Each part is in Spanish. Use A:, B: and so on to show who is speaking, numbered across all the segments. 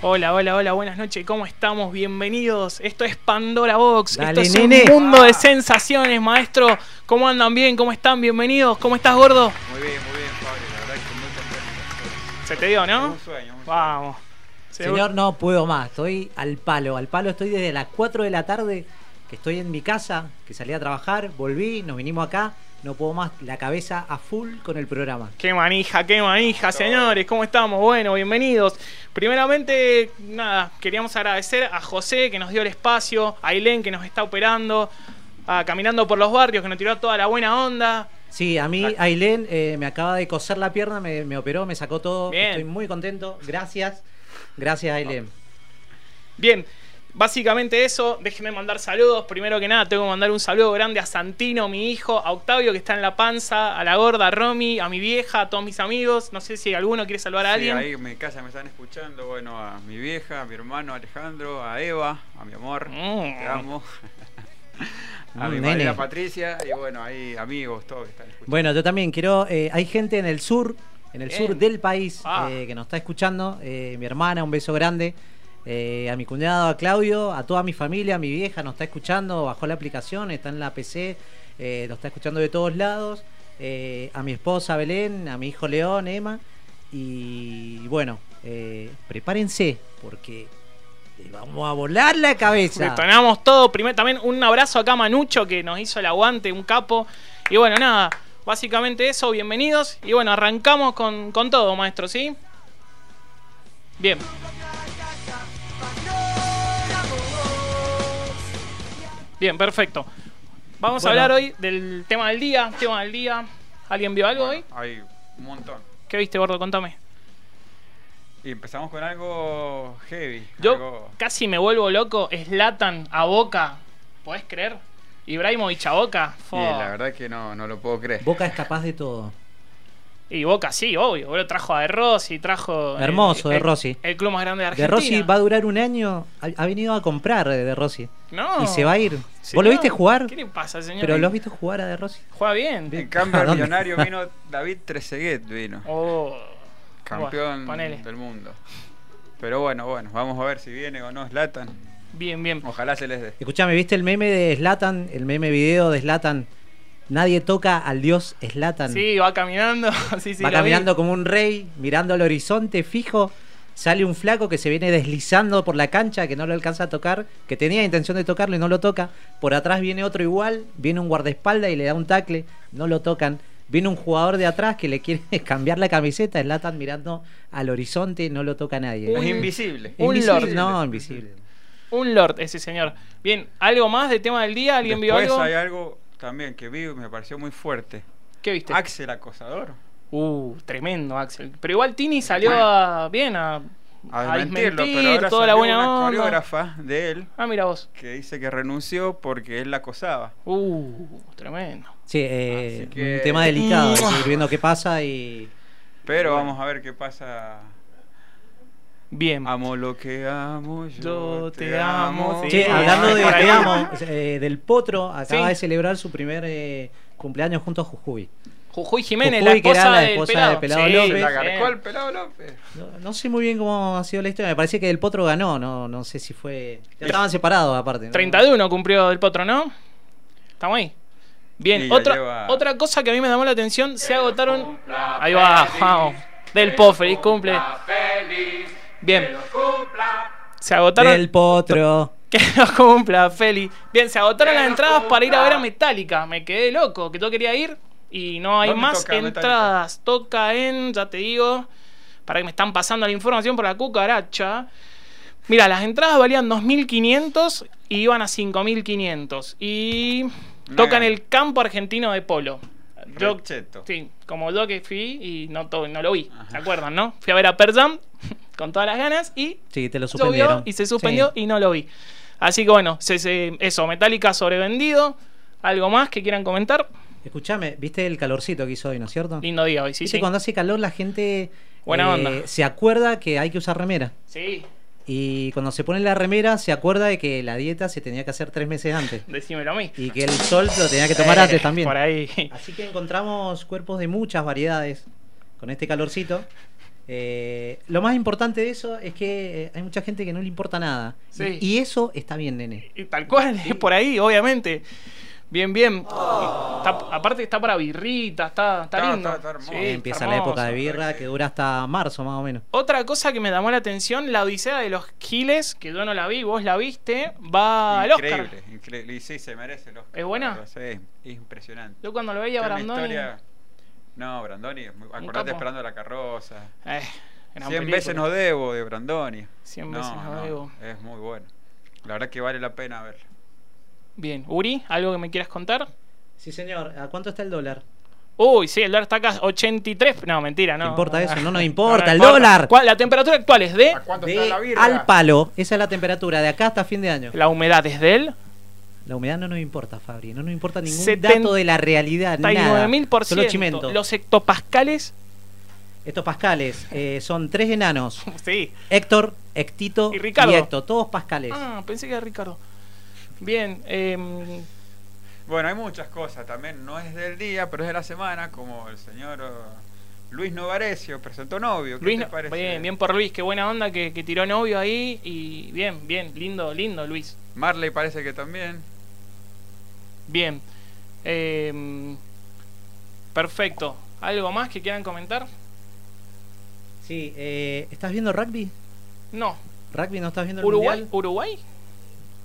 A: Hola, hola, hola, buenas noches, ¿cómo estamos? Bienvenidos. Esto es Pandora Box,
B: Dale,
A: esto es
B: nene.
A: un mundo de sensaciones, maestro. ¿Cómo andan bien? ¿Cómo están? Bienvenidos. ¿Cómo estás, gordo?
C: Muy bien, muy bien, Fabri, la verdad que muy contento.
A: Se te dio, ¿no?
C: Un sueño, un sueño.
A: Vamos. Se-
B: Señor, no puedo más. Estoy al palo. Al palo estoy desde las 4 de la tarde, que estoy en mi casa, que salí a trabajar, volví, nos vinimos acá. No puedo más. La cabeza a full con el programa.
A: Qué manija, qué manija, señores. ¿Cómo estamos? Bueno, bienvenidos. Primeramente, nada, queríamos agradecer a José que nos dio el espacio, a Ailén que nos está operando, a Caminando por los Barrios que nos tiró toda la buena onda.
B: Sí, a mí, Ailén, eh, me acaba de coser la pierna, me, me operó, me sacó todo.
A: Bien.
B: Estoy muy contento. Gracias. Gracias, Ailén.
A: Bien, básicamente eso. Déjenme mandar saludos. Primero que nada, tengo que mandar un saludo grande a Santino, mi hijo, a Octavio, que está en la panza, a la gorda, a Romy, a mi vieja, a todos mis amigos. No sé si alguno quiere saludar a
C: Sí,
A: alguien.
C: ahí en mi casa me están escuchando, bueno, a mi vieja, a mi hermano Alejandro, a Eva, a mi amor,
A: Mm.
C: te amo. a
B: Mm,
C: mi
B: nene.
C: madre Patricia y bueno, ahí amigos, todos que están escuchando.
B: Bueno, yo también quiero. eh, hay gente en el sur, en el
A: Bien.
B: sur del país,
A: Ah.
B: eh, que nos está escuchando. Eh, mi hermana, un beso grande. Eh, a mi cuñado, a Claudio, a toda mi familia, a mi vieja, nos está escuchando. Bajó la aplicación, está en la PC, eh, nos está escuchando de todos lados. Eh, a mi esposa Belén, a mi hijo León, Emma. Y bueno, eh, prepárense, porque le vamos a volar la cabeza.
A: Detonamos todo. Primero, también un abrazo acá a Manucho que nos hizo el aguante, un capo. Y bueno, nada, básicamente eso, bienvenidos. Y bueno, arrancamos con, con todo, maestro, ¿sí? Bien. Bien, perfecto. Vamos
B: Bueno.
A: a hablar hoy del tema del día. Tema del día. ¿Alguien vio algo hoy?
C: Hay un montón.
A: ¿Qué viste, gordo? Contame.
C: Y empezamos con algo heavy.
A: Yo
C: algo-
A: casi me vuelvo loco. Slatan a boca. ¿Podés creer? Ibrahimovic a boca.
C: Y
A: Fo.
C: la verdad que no, no lo puedo creer.
B: Boca es capaz de todo.
A: Y Boca sí, obvio. Boludo, trajo a De Rossi, trajo. eh,
B: Hermoso,
A: el-
B: De
A: el-
B: Rossi.
A: El, club más grande de
B: De
A: Argentina.
B: Rossi va a durar un año. Ha, ha venido a comprar eh, De Rossi.
A: No.
B: Y se va a ir. ¿Vos
A: Señor,
B: lo viste jugar?
A: ¿Qué le pasa, señor?
B: Pero lo has visto jugar a De Rossi.
A: Juega bien.
C: En cambio,
B: ¿A
C: el
B: dónde?
C: millonario vino David Trezeguet, vino.
A: Oh.
C: Campeón
A: Bueno, ponele.
C: del mundo. Pero bueno, bueno, vamos a ver si viene o no Zlatan.
A: Bien, bien.
C: Ojalá se les dé.
B: Escuchame, ¿viste el meme de Slatan? El meme video de Slatan. Nadie toca al dios Slatan.
A: Sí, va caminando. sí, sí,
B: Va
A: lo vi.
B: caminando como un rey, mirando al horizonte fijo. Sale un flaco que se viene deslizando por la cancha, que no lo alcanza a tocar, que tenía intención de tocarlo y no lo toca. Por atrás viene otro igual, viene un guardaespaldas y le da un tacle, no lo tocan. Viene un jugador de atrás que le quiere cambiar la camiseta, Slatan mirando al horizonte, no lo toca nadie.
A: Un-
C: Es invisible.
A: un
B: Invisible,
A: lord.
B: No, invisible.
A: Un lord ese señor. Bien, ¿algo más de tema del día? ¿Alguien
C: Después
A: vio algo?
C: hay algo también que vi y me pareció muy fuerte.
A: ¿Qué viste?
C: Axel acosador.
A: Uh, tremendo, Axel. Pero igual Tini salió
C: Bueno.
A: a- bien a,
C: A
A: a
C: desmentirlo, pero
A: desmentir
C: ahora
A: toda
C: salió
A: la buena
C: una
A: onda.
C: coreógrafa de él
A: Ah, mira vos.
C: que dice que renunció porque él la acosaba.
A: Uh, tremendo.
B: Sí, eh,
C: Así que-
B: un tema
A: Mm.
B: delicado, hay que ir viendo qué pasa y...
C: Pero vamos a ver qué pasa.
A: Bien.
C: Amo lo que amo, yo,
A: Yo
C: te,
A: te
C: amo.
A: amo. Sí,
B: Che, hablando de
A: por ahí.
B: Te Amo, eh, del Potro, acaba
A: Sí.
B: de celebrar su primer eh, cumpleaños junto a Jujuy.
A: Jujuy Jiménez,
B: Jujuy,
A: la
B: que era
A: esposa,
B: la
A: del
B: esposa
A: pelado.
B: de Pelado
A: Sí,
B: López.
C: La
A: sí.
C: agarcó el pelado López.
B: No, no sé muy bien cómo ha sido la historia, me parece que el Potro ganó, no, no sé si fue... Ya estaban separados aparte. ¿no?
A: 31 cumplió el potro, ¿no? Estamos ahí. Bien,
C: Sí, ya
A: otra,
C: lleva-
A: otra cosa que a mí me llamó la atención, se agotaron. Ahí va, vamos. Del POF, feliz cumple. Bien. Se agotaron.
B: Del Potro.
A: Que nos cumpla, Feli. Bien, se agotaron las entradas para ir a ver a Metallica. Me quedé loco, que yo quería ir y no hay
C: ¿Dónde
A: más
C: toca Metallica?
A: entradas. Toca en, ya te digo, para que me están pasando la información por la cucaracha. Mira, las entradas valían 2.500 y iban a 5.500. Y
C: Una
A: tocan
C: ganga.
A: el campo argentino de polo. Yo-
C: Recheto.
A: sí, como yo que fui y no, to- no lo vi. ¿Se acuerdan, no? Fui a ver a Pearl Jam con todas las ganas y
B: Sí, te lo
A: Llovió
B: suspendieron.
A: y se suspendió
B: Sí.
A: y no lo vi. Así que bueno, se- se- eso, Metallica sobrevendido. ¿Algo más que quieran comentar?
B: Escuchame, viste el calorcito que hizo hoy, ¿no es cierto?
A: Lindo día hoy, sí,
B: Viste,
A: sí.
B: cuando hace calor la gente eh,
A: Buena onda.
B: se acuerda que hay que usar remera.
A: Sí,
B: Y cuando se pone la remera se acuerda de que la dieta se tenía que hacer tres meses antes.
A: decímelo a mí.
B: Y que el sol lo tenía que tomar
A: Eh,
B: antes también.
A: Por ahí.
B: Así que encontramos cuerpos de muchas variedades con este calorcito. Eh, lo más importante de eso es que eh, hay mucha gente que no le importa nada.
A: Sí.
B: Y, y eso está bien, nene.
A: Y tal cual, es por ahí, obviamente. Bien, bien. Está- aparte está para birrita, está, está,
C: Está-
A: lindo.
C: está- está hermoso.
A: Sí,
C: Eh,
A: está
B: Empieza la época de
A: hermoso.
B: birra que dura hasta marzo más o menos.
A: Otra cosa que me llamó la atención, la odisea de los Giles, que yo no la vi, vos la viste, va al
C: increíble,
A: Ah, Oscar.
C: increíble. Y sí, se merece el Oscar.
A: ¿Es buena?
C: Sí, es impresionante.
A: Yo cuando lo veía a
C: Tiene una
A: Brandoni...
C: historia- No, Brandoni, es muy- acordate
A: capo.
C: esperando la carroza.
A: Eh, gran
C: 100
A: película.
C: veces nos debo de Brandoni.
A: 100 veces nos debo.
C: Es muy bueno. La verdad que vale la pena verla.
A: Bien, Uri, ¿algo que me quieras contar?
B: Sí, señor. ¿A cuánto está el dólar?
A: Uy, sí, el dólar está acá 83. No, mentira, no.
B: ¿Te importa eso? No nos
A: nos
B: importa, el dólar.
A: ¿Cuál- La temperatura actual es de.
D: ¿A cuánto
B: De
D: está la birra?
B: al palo. Esa es la temperatura de acá hasta fin de año.
A: La humedad es del.
B: La humedad no nos importa, Fabri. No nos importa ningún
A: 79.000%.
B: dato de la realidad. Nada.
A: 39.000%.
B: Solo chimento.
A: Los hectopascales.
B: Estos pascales eh, son tres enanos.
A: Sí.
B: Héctor, Hectito
A: Y Ricardo.
B: Héctor. Todos pascales.
A: Ah, pensé que era Ricardo. Bien, eh,
C: Bueno, hay muchas cosas también. No es del día, pero es de la semana, como el señor eh, Luis Novarecio presentó novio. ¿Qué
A: Luis.
C: te
A: no-
C: parece?
A: Bien, bien por Luis, qué buena onda que, que tiró novio ahí. Y bien, bien, lindo, lindo Luis.
C: Marley parece que también.
A: Bien. Eh, perfecto. ¿Algo más que quieran comentar?
B: Sí, eh, ¿estás viendo rugby?
A: No.
B: ¿Rugby no estás viendo el
A: ¿Uruguay?
B: mundial?
A: ¿Uruguay?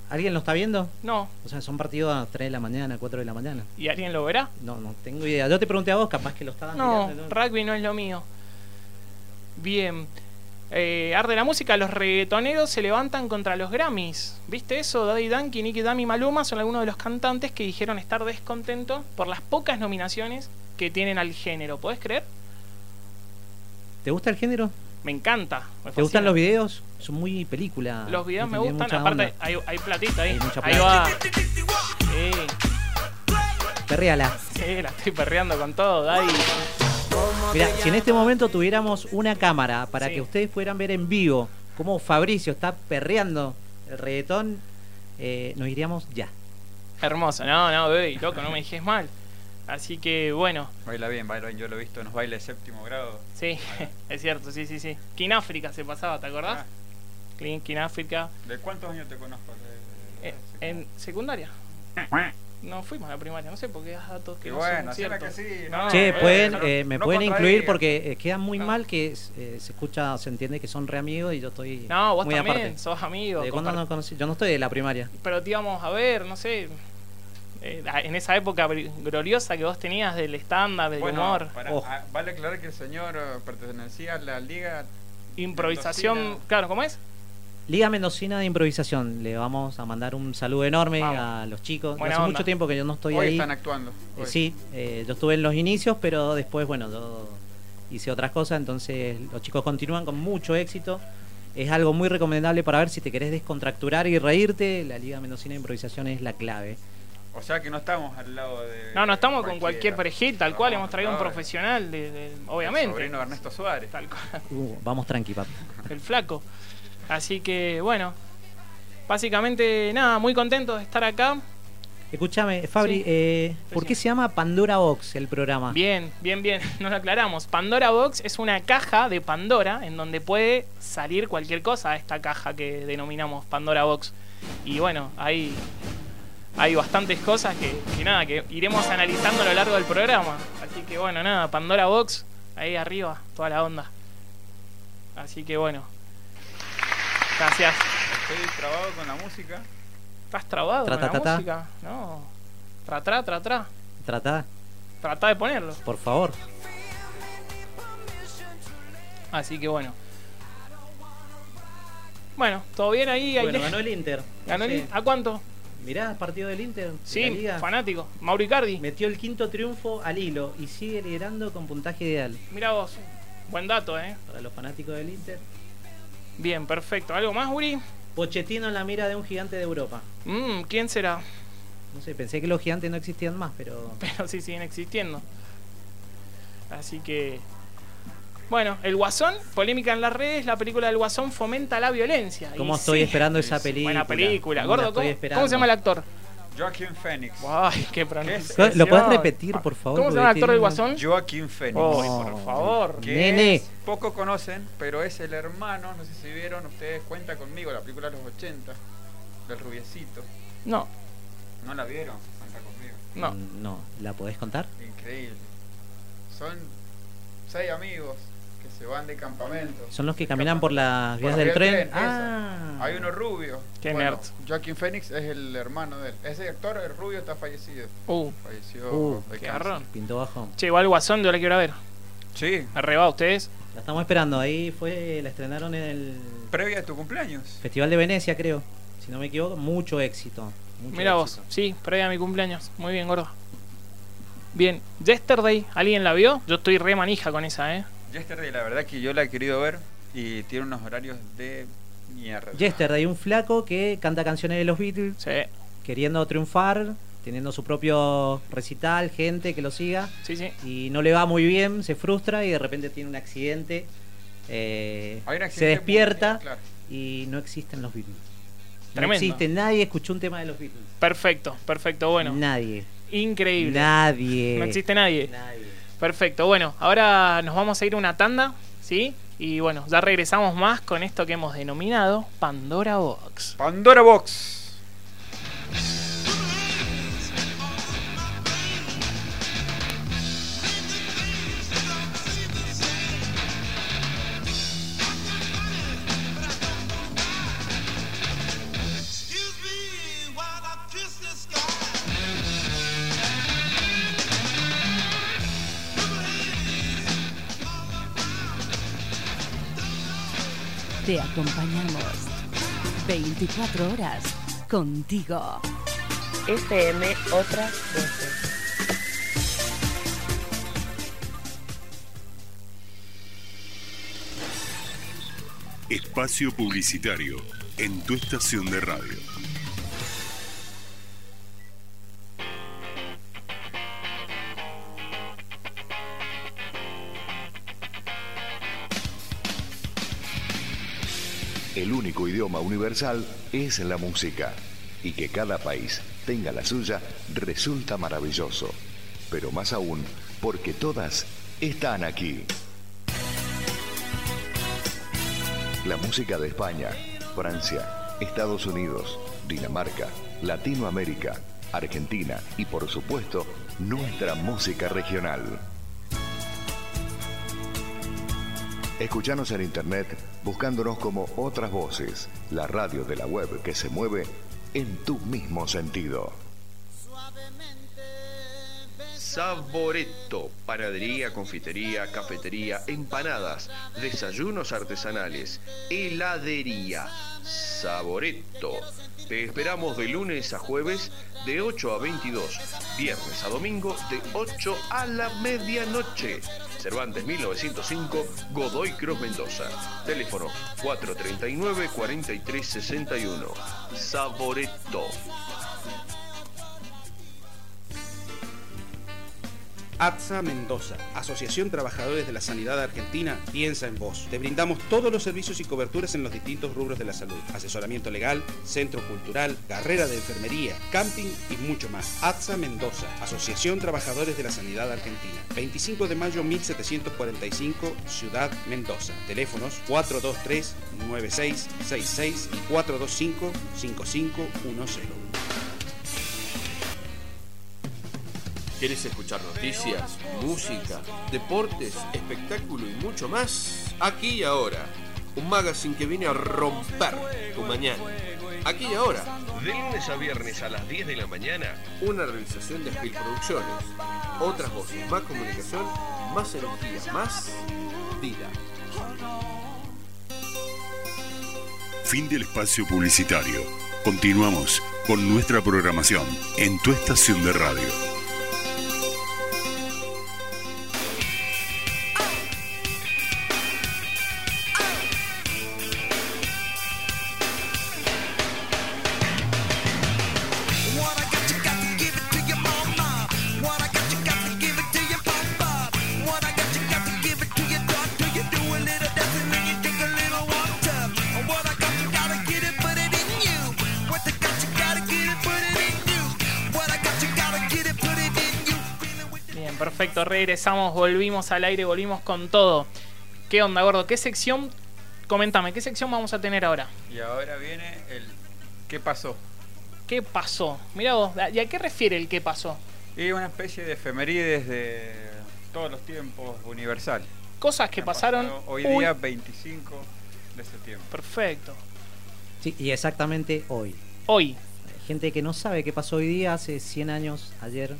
B: ¿Alguien lo está viendo?
A: No.
B: O sea, son partidos a 3 de la mañana, 4 de la mañana.
A: ¿Y alguien lo verá?
B: No, no tengo idea. Yo te pregunté a vos, capaz que lo estaban
A: No,
B: mirando,
A: rugby no es lo mío. Bien. Eh, arde la música, los reggaetoneros se levantan contra los Grammys. ¿Viste eso? Daddy Yankee, Nicky Jam y Maluma son algunos de los cantantes que dijeron estar descontentos por las pocas nominaciones que tienen al género. ¿Podés creer?
B: ¿Te gusta el género?
A: Me encanta. me
B: ¿Te gustan
A: fascina.
B: los videos? Son muy película.
A: Los videos me
B: tienen
A: gustan,
B: mucha
A: aparte
B: onda.
A: hay, hay platita ahí.
B: Hay mucha
A: Ahí
B: plata.
A: va. Sí,
B: Perréala.
A: sí, la estoy perreando con todo, Daddy.
B: Mira, si en este momento tuviéramos una cámara para
A: Sí.
B: que ustedes pudieran ver en vivo cómo Fabricio está perreando el reggaetón, eh, nos iríamos ya.
A: Hermoso, no, no, baby, loco, no me dejes mal. Así que bueno,
C: Baila bien, baila bien. Yo lo he visto en los bailes de séptimo grado.
A: sí, es cierto, sí, sí, sí. Kináfrica se pasaba, ¿te acordás? Clean Kináfrica.
C: Ah, ¿De cuántos años te conozco? De-
A: Eh,
C: de-
A: en secundaria. No fuimos a la primaria, no sé por qué das datos que
C: Y
A: no
C: bueno,
A: son
C: hacela
A: ciertos.
C: que sí,
A: No, Ah.
C: no,
B: Che,
A: eh,
B: pueden,
C: no,
B: eh, me
C: no
B: pueden
C: contradiga.
B: incluir porque eh, quedan muy
A: No.
B: mal que eh, se escucha, se entiende que son re amigos y yo estoy
A: No, vos
B: muy
A: también,
B: aparte.
A: sos amigo.
B: ¿De cuándo
A: compart-
B: nos conocí? Yo no estoy de la primaria.
A: Pero te íbamos a ver, no sé. eh, en esa época bri- gloriosa que vos tenías del estándar, del
C: Bueno,
A: humor, Oh.
C: pará,
B: Ojo.
C: ah, vale aclarar que el señor eh, pertenecía a la liga.
A: improvisación.
C: Mendocina.
A: Claro, ¿cómo es?
B: Liga Mendocina de Improvisación, le vamos a mandar un saludo enorme
A: Vamos.
B: a los chicos.
A: Buena
B: Hace
A: onda.
B: mucho tiempo que yo no estoy
C: Hoy
B: ahí.
C: están actuando.
B: Eh,
C: hoy.
B: Sí, eh, yo estuve en los inicios, pero después, bueno, yo hice otras cosas, entonces los chicos continúan con mucho éxito. Es algo muy recomendable para ver si te querés descontracturar y reírte. La Liga Mendocina de Improvisación es la clave.
C: O sea que no estamos al lado de.
A: No, no estamos con cualquier
C: eh, cualquiera.
A: perejil, tal cual,
C: No,
A: hemos traído un
C: claro.
A: profesional, de, de-
C: El
A: obviamente.
C: sobrino de Ernesto Suárez.
A: Tal cual,
B: Uh, vamos tranqui, papi.
A: el flaco. Así que, bueno, básicamente, nada, muy contento de estar acá.
B: Escúchame, Fabri,
A: Sí.
B: eh, ¿por qué
A: Decime.
B: se llama Pandora Box el programa?
A: Bien, bien, bien, nos lo aclaramos. Pandora Box es una caja de Pandora en donde puede salir cualquier cosa a esta caja que denominamos Pandora Box. Y bueno, hay, hay bastantes cosas que, que nada, que iremos analizando a lo largo del programa. Así que bueno, nada, Pandora Box, ahí arriba, toda la onda. Así que bueno. Gracias.
C: Estoy trabado con la música.
A: ¿Estás trabado con
B: Tra, ta,
A: la
B: ta, ta.
A: música? No. Tra, tra, tra, tra.
B: Tratá,
A: Tratá de ponerlo.
B: por favor.
A: Así que bueno. Bueno, todo bien ahí.
B: Bueno,
A: Ailén?
B: ganó el Inter.
A: Ganó el-
B: Sí.
A: ¿A cuánto?
B: Mirá, partido del Inter. de la
A: Sí,
B: Liga.
A: fanático. Mauricardi.
B: Metió el quinto triunfo al hilo y sigue liderando con puntaje ideal.
A: Mira vos. Buen dato, ¿eh?
B: Para los fanáticos del Inter.
A: Bien, perfecto. ¿Algo más, Uri?
B: Pochettino en la mira de un gigante de Europa.
A: Mm, ¿Quién será?
B: No sé, pensé que los gigantes no existían más, pero.
A: Pero sí siguen existiendo. Así que... Bueno, El Guasón, polémica en las redes, la película del Guasón fomenta la violencia.
B: ¿Cómo
A: Y
B: estoy
A: sí,
B: esperando esa
C: sí,
B: película?
A: Buena película.
B: ¿Cómo la
A: Gordo,
B: estoy
A: ¿cómo,
B: esperando?
A: cómo se llama el actor?
C: Joaquín Phoenix.
A: Ay, qué
C: ¿Qué
A: pronunciación.
C: es?
B: ¿Lo puedes repetir, por favor?
A: ¿Cómo se llama el actor del
B: Porque
A: Guasón?
C: Joaquín Phoenix.
A: Oh, por favor.
C: que
B: Nene.
C: es- poco conocen, pero es el hermano, no sé si vieron ustedes, Cuenta conmigo, la película de los 80, del rubiecito.
A: No,
C: No la vieron, Cuenta conmigo.
B: tiene-
A: no.
B: No, ¿la podés contar?
C: Increíble. Son seis amigos que se van de campamento.
B: Son los que caminan por las vías
C: Por
B: del
C: la vía
B: tren.
C: del tren,
B: ah,
C: Hay uno rubio.
A: Qué nerd.
C: Joaquín Phoenix es el hermano de él. Ese actor, el rubio, está fallecido.
A: Uh,
C: Falleció
B: Uh,
C: de
A: qué
C: cáncer.
A: garrón.
B: pintó bajo.
A: che, igual Guasón yo la quiero ver.
C: Sí,
A: Arreba ustedes.
B: La estamos esperando. Ahí fue, la estrenaron en el
C: previa a tu cumpleaños.
B: Festival de Venecia, creo. Si no me equivoco, mucho éxito. mucho
A: Mira vos.
B: éxito.
A: Sí, previa a mi cumpleaños. Muy bien, gordo. Bien, Yesterday, ¿alguien la vio? Yo estoy re manija con esa, ¿eh?
C: Yesterday, la verdad que yo la he querido ver y tiene unos horarios de mierda.
B: Yesterday, un flaco que canta canciones de los Beatles,
A: Sí,
B: queriendo triunfar, teniendo su propio recital, gente que lo siga.
A: sí, sí.
B: y no le va muy bien, se frustra y de repente tiene un accidente, eh,
C: Hay un
B: se
C: accidente
B: despierta
C: muy- claro.
B: y no existen los Beatles. No
A: Tremendo.
B: existe, nadie escuchó un tema de los Beatles.
A: Perfecto, perfecto, bueno.
B: Nadie.
A: Increíble.
B: Nadie.
A: No existe nadie.
B: Nadie.
A: Perfecto, bueno, ahora nos vamos a ir a una tanda, ¿sí? Y bueno, ya regresamos más con esto que hemos denominado Pandora Box.
C: Pandora Box.
D: Excuse me while I kiss the sky.
E: Te acompañamos 24 horas contigo.
F: FM Otras Voces.
G: Espacio publicitario en tu estación de radio.
H: El único idioma universal es la música. Y que cada país tenga la suya resulta maravilloso. Pero más aún, porque todas están aquí. La música de España, Francia, Estados Unidos, Dinamarca, Latinoamérica, Argentina y por supuesto nuestra música regional. Escuchanos en internet buscándonos como Otras Voces, la radio de la web que se mueve en tu mismo sentido.
I: Saboreto, panadería, confitería, cafetería, empanadas, desayunos artesanales, heladería. Saboreto. Te esperamos de lunes a jueves de 8 a 22, viernes a domingo de 8 a la medianoche. Cervantes 1905, Godoy Cruz Mendoza. Teléfono 439-4361. Saboreto.
J: ATSA Mendoza, Asociación Trabajadores de la Sanidad Argentina, piensa en vos. Te brindamos todos los servicios y coberturas en los distintos rubros de la salud. Asesoramiento legal, centro cultural, carrera de enfermería, camping y mucho más. ATSA Mendoza, Asociación Trabajadores de la Sanidad Argentina. 25 de mayo 1745, Ciudad Mendoza. Teléfonos 423-9666 y 425-5510.
I: ¿Querés escuchar noticias, música, deportes, espectáculo y mucho más? Aquí y ahora. Un magazine que viene a romper tu mañana. Aquí y ahora. De lunes a viernes a las 10 de la mañana. Una realización de Spill Producciones. Otras voces, más comunicación, más energía, más vida.
G: Fin del espacio publicitario. Continuamos con nuestra programación en tu estación de radio.
D: What I got, you got to give it to your mama. What I got, you got to give it to your papa. What I got, you got to give it to your doctor. You do a little dancing and you drink a little water. What I got, you gotta get it, put it in you. What I got, you gotta get it, put it in you.
A: Perfecto, regresamos, volvimos al aire, volvimos con todo. ¿Qué onda, gordo? ¿Qué sección? Coméntame, ¿qué sección vamos a tener ahora?
C: Y ahora viene el ¿qué pasó?
A: ¿Qué pasó? Mira vos, ¿y a qué refiere el qué pasó?
C: Y una especie de efemérides de todos los tiempos universal.
A: Cosas que
C: Han
A: pasaron
C: pasado Ah, Hoy
A: hoy.
C: día 25 de septiembre.
A: Perfecto.
B: Sí, y exactamente hoy.
A: Hoy.
B: Hay gente que no sabe qué pasó hoy día, hace 100 años, ayer,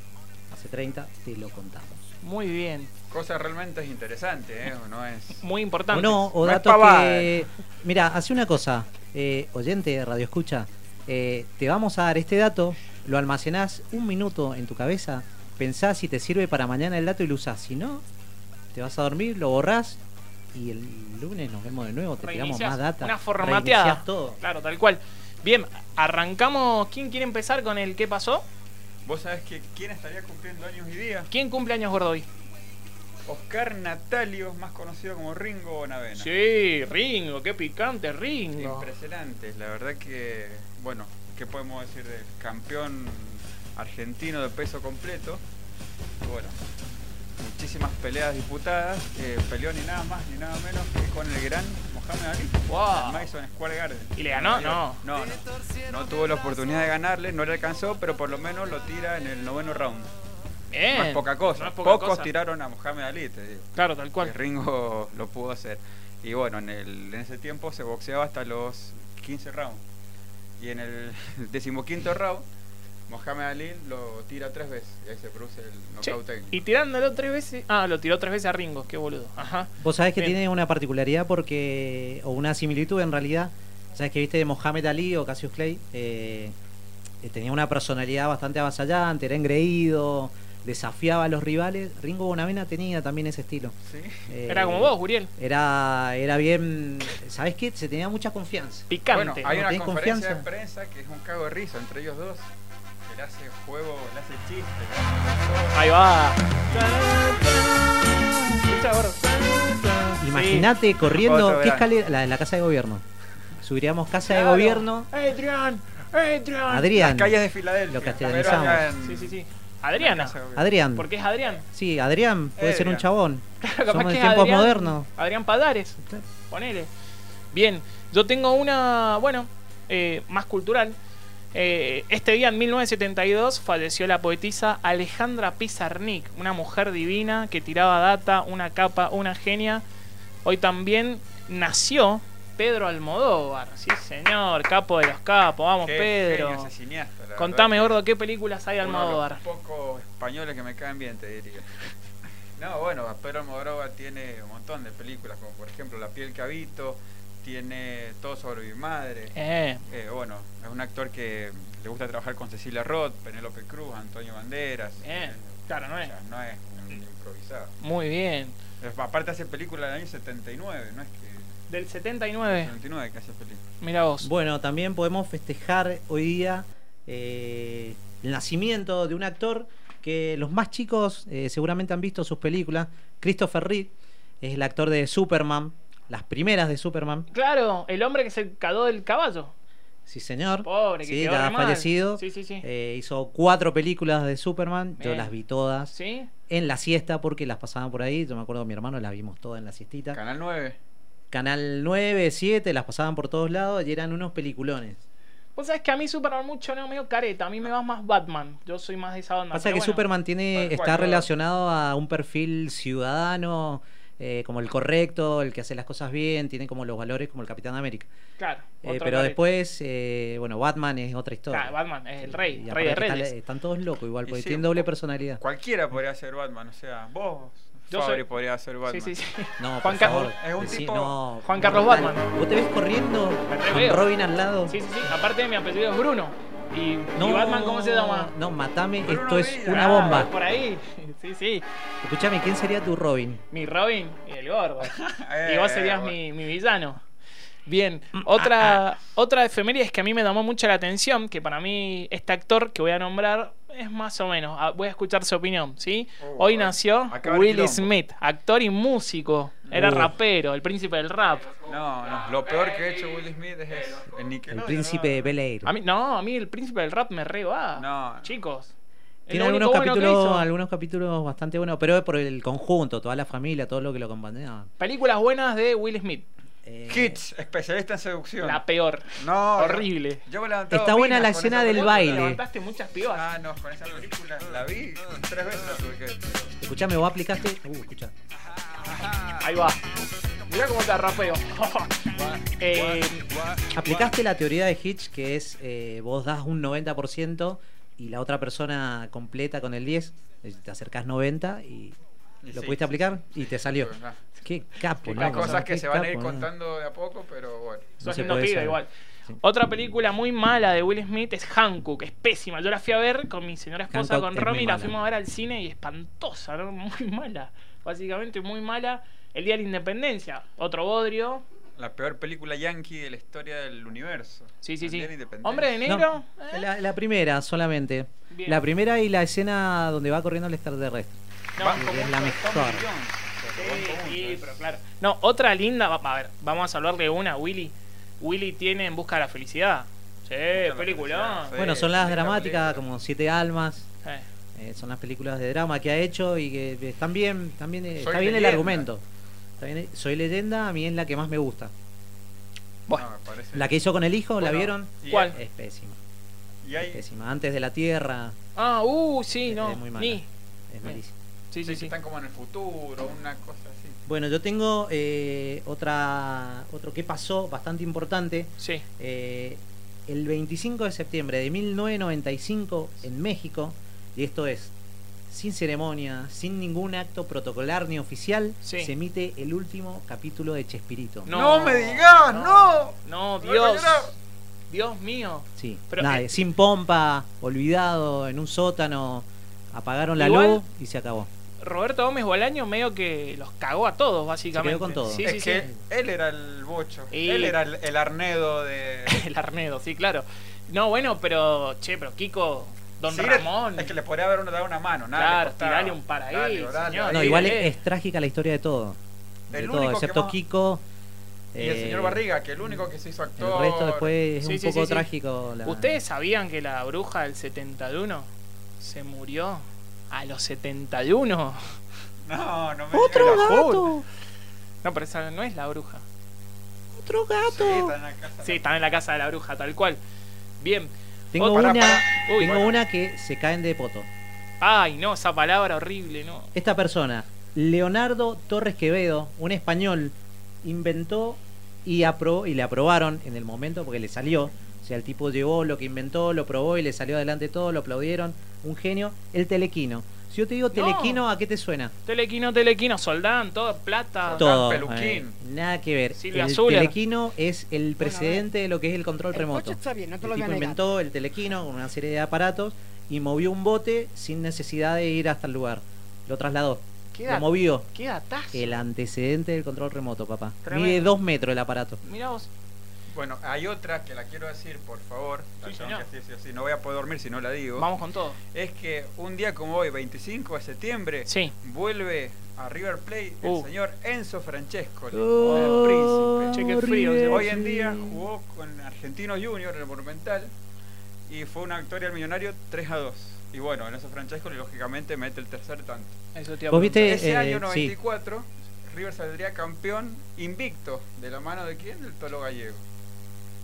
B: hace 30, te lo contamos.
A: Muy bien.
C: Cosa realmente interesante, ¿eh? No es...
A: Muy importante.
B: O no, o
C: No es
B: datos
C: pavada.
B: que... Mira, hace una cosa, eh, oyente de Radio Escucha, eh, te vamos a dar este dato, lo almacenás un minuto en tu cabeza, pensás si te sirve para mañana el dato y lo usás. Si no, te vas a dormir, lo borrás y el lunes nos vemos de nuevo, te tiramos
A: Reiniciás
B: más data.
A: Una formateada.
B: Reiniciás todo.
A: Claro, tal cual. Bien, arrancamos. ¿Quién quiere empezar con el qué pasó?
C: Vos sabés que quién estaría cumpliendo años hoy día.
A: ¿Quién cumple años gordo hoy?
C: Oscar Natalio, más conocido como Ringo Bonavena.
A: Sí, Ringo, qué picante, Ringo.
C: Impresionante, la verdad que, bueno, ¿qué podemos decir del campeón argentino de peso completo? Bueno, muchísimas peleas disputadas, eh, peleó ni nada más ni nada menos que con el gran Mohamed Ali
A: Wow.
C: en Madison Square Garden.
A: ¿Y le ganó? No.
C: No, no. No tuvo la oportunidad de ganarle, no le alcanzó, pero por lo menos lo tira en el noveno round.
A: Bien.
C: No es poca cosa.
A: No es poca
C: Pocos
A: cosa.
C: tiraron a Mohamed Ali, te digo.
A: Claro, tal cual.
C: Que Ringo lo pudo hacer. Y bueno, en, el- en ese tiempo se boxeaba hasta los 15 rounds. Y en el decimoquinto round, Mohamed Ali lo tira tres veces. Y ahí se produce el
A: Che,
C: knockout técnico.
A: y tirándolo tres veces. Ah, lo tiró tres veces a Ringo, qué boludo. Ajá.
B: Vos sabés que
A: Bien.
B: tiene una particularidad porque, o una similitud en realidad, sabes que viste de Mohamed Ali o Cassius Clay, eh, eh, tenía una personalidad bastante avasallante, era engreído, desafiaba a los rivales. Ringo Bonavena tenía también ese estilo.
C: Sí.
B: Eh,
A: Era como vos, Uriel.
B: Era, era bien, ¿sabés qué? Se tenía mucha confianza.
A: Picante.
C: Bueno, hay
B: ¿no?
C: una
B: ¿Tenés
C: conferencia de
B: confianza?
C: prensa que es un cago de risa entre ellos dos. Que le hace juego, le hace chiste.
A: Ahí va. Escuchá, gordo.
B: Imagínate
C: Otro
B: corriendo, ¿qué
C: verano.
B: escalera? La de la casa de gobierno. Subiríamos casa
A: Claro.
B: de gobierno,
A: Adrián. Adrián.
B: Adrián.
C: Las calles de Filadelfia.
B: Lo
C: castellanizamos.
B: castellanizamos.
A: Sí, sí, sí. Adriana.
B: Adrián.
A: Porque es Adrián.
B: Sí, Adrián, puede ser un
C: Adrián.
B: chabón.
A: Eh, Claro, capaz
B: Somos
A: que
B: de
A: es
B: tiempos
A: Adrián-
B: modernos.
A: Adrián Padares.
B: Claro.
A: Ponele. Bien, yo tengo una, bueno, eh, más cultural. Eh, este día, en 1972, falleció la poetisa Alejandra Pizarnik, una mujer divina que tiraba data, una capa, una genia. Hoy también nació Pedro Almodóvar. Sí, señor, capo de los capos. Vamos,
C: Qué genio
A: Pedro.
C: ese cineasta, la verdad
A: Contame,
C: que-
A: gordo, ¿qué películas hay de
C: Uno de los
A: Almodóvar?
C: pocos españoles que me caen bien, te diría. No, bueno, Pedro Almodóvar tiene un montón de películas, como por ejemplo La piel que habito, tiene Todo sobre mi madre.
A: Eh,
C: Eh, bueno, es un actor que le gusta trabajar con Cecilia Roth, Penélope Cruz, Antonio Banderas.
A: Bien,
C: Eh,
A: claro, no es.
C: o sea, no es un improvisado.
A: muy bien.
C: Es- Aparte hace películas del año 79, no es que...
A: Del 79,
C: 79 que hace películas.
A: mira vos.
B: Bueno, también podemos festejar hoy día eh, el nacimiento de un actor que los más chicos eh, seguramente han visto sus películas. Christopher Reeve es el actor de Superman, las primeras de Superman.
A: Claro, el hombre que se cagó del caballo.
B: Sí, señor.
A: Pobre, que
B: sí,
A: quedó
B: ya
A: re
B: ha
A: mal.
B: fallecido.
A: Sí, sí, sí.
B: Eh, hizo cuatro películas de Superman. Yo
A: Bien.
B: las vi todas
A: ¿Sí?
B: en la siesta porque las pasaban por ahí. Yo me acuerdo, mi hermano las vimos todas en la siestita.
C: Canal 9.
B: Canal 9, 7, las pasaban por todos lados y eran unos peliculones.
A: Vos sabés que a mí Superman mucho no medio careta, a mí me va más Batman. Yo soy más de esa onda.
B: Pasa
A: pero
B: que
A: bueno.
B: Superman tiene,
C: Tal cual,
B: está
C: ¿no?
B: relacionado a un perfil ciudadano, eh, como el correcto, el que hace las cosas bien, tiene como los valores como el Capitán América.
A: Claro.
B: Eh,
A: otro
B: pero
A: careta.
B: después, eh, bueno, Batman es otra historia.
A: Claro, Batman es el rey, rey
B: Y
A: de
B: aparte que está-
A: reyes.
B: están todos locos igual,
C: Y
B: porque
C: sí,
B: tienen
C: un
B: doble
C: poco.
B: personalidad.
C: Cualquiera podría ser Batman, o sea, vos,
A: Yo
C: Fabri,
A: soy-
C: podría ser Batman.
A: Sí, sí, sí.
B: eh, No,
A: Juan
B: por
A: Carlos-
B: favor.
C: es un
B: decí-
C: tipo-
B: no.
A: Juan Carlos
B: Dale,
A: Batman.
B: ¿Vos te ves corriendo
A: re
B: con
A: veo.
B: Robin al lado?
A: Sí, sí, sí. Aparte mi apellido es Bruno. ¿Y, y Batman cómo se llama?
B: No, matame,
C: Bruno
B: esto es
C: Villa.
B: una
A: Ah,
B: bomba.
A: Por ahí. Sí, sí.
B: Escuchame, ¿quién sería tu Robin?
A: Mi Robin y el gordo.
C: Eh,
A: y vos serías
C: bueno. Mm,
A: mi,
C: ah,
A: mi villano. Bien, otra, otra efeméride es que a mí me llamó mucho la atención, que para mí este actor que voy a nombrar es más o menos, ah, voy a escuchar su opinión, ¿sí?
C: Uh,
A: Hoy
C: a ver,
A: nació
C: acá va el
A: Will
C: quilombo.
A: Smith, actor y músico, era
B: Uh.
A: rapero, el príncipe del rap.
C: No, no, lo peor que ha hecho Will Smith es eso. El,
B: El príncipe de Bel Air.
A: A mí, no, a mí el príncipe del rap me re va.
C: No.
A: Chicos,
B: Tiene
A: lo
B: algunos
A: único bueno que
B: capítulos,
A: hizo.
B: algunos capítulos bastante buenos, pero es por el conjunto, toda la familia, todo lo Eh, que lo acompañaba.
A: Películas buenas de Will Smith.
C: Hits, especialista en seducción.
A: La peor.
C: No,
A: Horrible.
C: Yo me he levantado
B: Está buena
C: minas
B: la
C: con
B: escena
C: esa
B: del
C: película.
B: baile.
A: Levantaste muchas pibas.
C: Ah, no, con esa película la vi tres veces. la tuve que-
B: Escuchame, vos aplicaste. Uh, escucha.
A: Ahí va. Mirá cómo te rapeo. Eh,
B: Aplicaste la teoría de Hitch, que es eh, vos das un 90% y la otra persona completa con el 10, eh, te acercás 90 y
C: Y
B: lo
C: sí.
B: pudiste aplicar y te salió.
C: Pero, ah,
B: Qué capo,
C: Las
B: ¿no?
C: cosas que
B: Qué
C: se van a ir
B: capo, ¿no?
C: contando de a poco, pero bueno.
A: sos
B: No se
A: lindo
B: puede
A: pibe
B: saber.
A: igual.
B: Sí.
A: Otra película muy mala de Will Smith es Hancock, es pésima. Yo la fui a ver con mi señora esposa,
B: Hancock
A: con
B: es
A: Romy,
B: muy
A: la
B: mala.
A: fuimos a ver al cine y espantosa, ¿no? muy mala. Básicamente muy mala. El Día de la Independencia, otro bodrio.
C: La peor película yankee de la historia del universo.
A: Sí, sí,
C: El
A: sí.
C: Día de la Independencia.
A: Hombre de
B: No,
A: negro. ¿eh?
B: la, la primera solamente.
A: Bien.
B: La primera y la escena donde va corriendo el extraterrestre.
A: No,
C: Banco
B: es
C: mucho
B: la
C: a Tom
B: mejor.
C: Jones,
A: Sí,
C: se lo banco mucho,
A: sí,
C: ¿eh?
A: pero claro. No, otra linda, va- a ver, vamos a salvarle una, Willy. Willy tiene En Busca de la Felicidad. Sí, película.
C: la felicidad,
B: bueno, son las
C: linda
B: dramáticas,
C: película.
B: como Siete Almas.
A: Eh,
B: eh, son las películas de drama que ha hecho y que están bien, están bien, eh,
C: Soy
B: está bien el
C: leyenda.
B: argumento. Está bien, eh, soy leyenda, a mí es la que más me gusta.
A: Bueno.
C: No, me parece-
B: La que hizo con el hijo, ¿la
C: Bueno,
B: vieron?
C: y- eh,
A: ¿Cuál?
B: Es pésima,
C: Y hay,
B: pésima. Antes de la Tierra,
A: Ah, uh, sí,
B: Es-
A: no.
B: es muy mala.
A: Ni.
B: es
A: Bien.
B: malísima.
A: Sí, sí, sí.
C: están como en el futuro, una cosa así.
B: Bueno, yo tengo eh, otra, otro que pasó bastante importante.
A: Sí.
B: Eh, el 25 de septiembre de 1995 en México, y esto es sin ceremonia, sin ningún acto protocolar ni oficial,
A: Sí.
B: se emite el último capítulo de Chespirito.
A: No.
C: me digas! ¡No!
A: No,
C: No,
A: Dios.
C: no, no.
A: Dios mío.
B: Sí,
A: Pero,
B: nada,
A: eh,
B: sin pompa, olvidado, en un sótano, apagaron la
A: Igual-
B: luz y se acabó.
A: Roberto Gómez Bolaño medio que los cagó a todos, básicamente.
B: Se quedó con todo.
A: Sí,
C: es
A: sí,
C: que
A: sí.
C: él era el bocho.
A: Y-
C: Él era el, el arnedo de.
A: El Arnedo, sí, claro. No, bueno, pero, che, pero Kiko, Don
C: Sí, era-
A: Ramón.
C: Es que le podría haber uno dado una mano, nada.
A: Claro,
C: le costaba.
A: tirale un para ahí,
C: Dale, dale,
A: señor.
C: ahí.
B: No, igual
A: eh.
B: es, es trágica la historia de todo. De
C: El
B: todo,
C: único que
B: excepto
C: más-
B: Kiko.
C: Y el
B: eh,
C: señor Barriga, que el único que se hizo
B: El
C: actor.
B: resto después es
A: Sí,
B: un
A: sí,
B: poco
A: sí, sí.
B: trágico. la-
A: ¿Ustedes sabían que la bruja del 71 se murió a los 71?
C: No, no me
A: ¡Otro
C: digas.
A: gato! No, pero esa no es la bruja.
B: ¡Otro
A: Oh,
C: Sí,
B: gato!
C: está en la casa.
A: Sí, están en la casa de la bruja, tal cual. Bien.
B: Tengo
A: Pará,
B: una,
A: pará. Uy,
B: tengo
A: bueno.
B: una que se caen de poto.
A: Ay, no, esa palabra horrible, no.
B: Esta persona, Leonardo Torres Quevedo, un español, inventó y, apro- y le aprobaron en el momento porque le salió. O sea, el tipo llevó lo que inventó, lo probó y le salió adelante todo, lo aplaudieron. Un genio, el telequino. Si yo te digo telequino, ¿a qué te suena?
A: Telequino, telequino, soldán, todo, plata.
C: Todo.
B: eh,
C: peluquín.
B: nada que ver.
A: Silvia
B: el
A: Zuller.
B: telequino es el precedente de lo que es el control remoto.
K: bien, no
B: el tipo inventó el telequino con una serie de aparatos y movió un bote sin necesidad de ir hasta el lugar. Lo trasladó,
A: ¿Qué,
B: lo
A: da-
B: movió.
A: qué datazo?
B: El antecedente del control remoto, papá.
A: Tremendo.
B: Mide dos metros el aparato.
A: Mirá vos.
C: Bueno, hay otra que la quiero decir, por favor. La
A: Sí,
C: tengo
A: señor.
C: que decir sí o sí, No voy a poder dormir si no la digo.
A: Vamos con todo.
C: Es que un día como hoy, 25 de septiembre,
A: Sí.
C: vuelve a River Plate el
A: Uh.
C: señor Enzo Francesco,
B: Oh,
C: el príncipe.
A: Che, qué frío.
B: River.
A: Hoy
C: Hoy en día jugó con Argentino Junior en el Monumental y fue una victoria al Millonario 3 a 2. Y bueno, Enzo Francesco lógicamente mete el tercer tanto.
A: Eso te iba a
B: ¿Vos
A: preguntar.
B: viste?
C: Ese
B: eh,
C: año
B: sí.
C: 94, River saldría campeón invicto de la mano de quién? Del Tolo Gallego.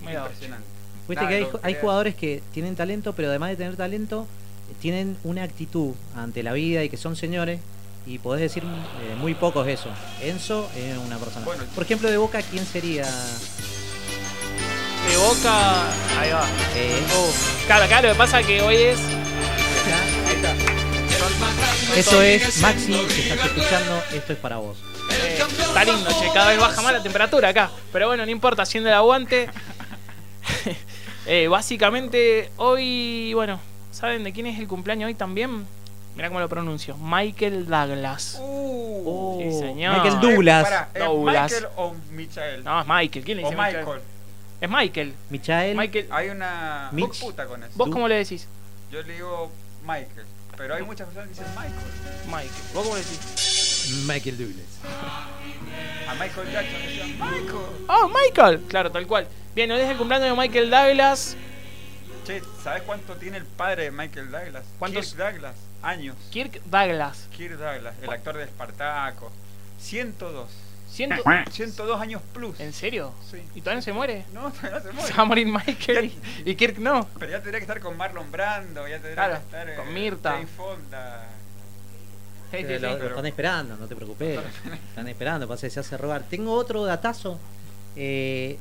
A: Mirá vos.
C: Impresionante.
B: Viste
C: Nah,
B: que hay,
C: no,
B: hay
C: eh,
B: jugadores que tienen talento, pero además de tener talento, tienen una actitud ante la vida y que son señores. Y podés decir eh, muy pocos eso. Enzo es una persona.
C: Bueno. Eh,
B: Por ejemplo, de Boca, ¿quién sería?
A: De boca. Ahí va.
B: Eh,
A: Uh, Claro, claro, lo que pasa es que hoy es.
C: Ahí está.
B: eso es Maxi, que estás escuchando, esto es para vos.
A: eh, está lindo, che. Cada vez baja más la temperatura acá. Pero bueno, no importa, haciendo el aguante. Eh, básicamente, hoy. Bueno, ¿saben de quién es el cumpleaños hoy también? Mirá cómo lo pronuncio. Michael Douglas.
C: Uh.
A: sí, señor.
B: Michael Oh. Douglas.
C: Eh, pará, ¿es
A: Douglas.
C: Michael o Michael.
A: No, es Michael. ¿Quién le
C: o
A: dice Michael?
C: Michael.
A: Es Michael.
B: Michael.
A: Michael. ah,
C: Hay una
B: Mitch.
C: vos puta con eso.
A: ¿Vos cómo le decís?
C: Yo le digo Michael, pero hay muchas personas que dicen Michael.
A: Michael. ¿Vos cómo le decís?
B: Michael Douglas.
C: A Michael Jackson le decían Michael.
A: Ah, ¡Oh, Michael! Claro, tal cual. Bien, hoy es el cumpleaños de Michael Douglas.
C: Che, ¿sabes cuánto tiene el padre de Michael Douglas?
A: ¿Cuántos?
C: Kirk Douglas, años.
A: Kirk Douglas.
C: Kirk Douglas, el actor de Espartaco. 102.
A: Ciento-
C: 102 años plus.
A: ¿En serio?
C: Sí.
A: ¿Y todavía no se muere?
C: No, todavía no se muere.
A: Se va a morir Michael y- y Kirk no.
C: Pero ya tendría que estar con Marlon Brando, ya tendría
A: Claro,
C: que estar eh,
A: con Mirta.
C: Jane Fonda.
A: Sí,
B: Pero
A: sí,
B: lo,
A: sí.
B: lo están esperando, no te preocupes. Están esperando, pasa que se hace robar. Tengo otro datazo. eh,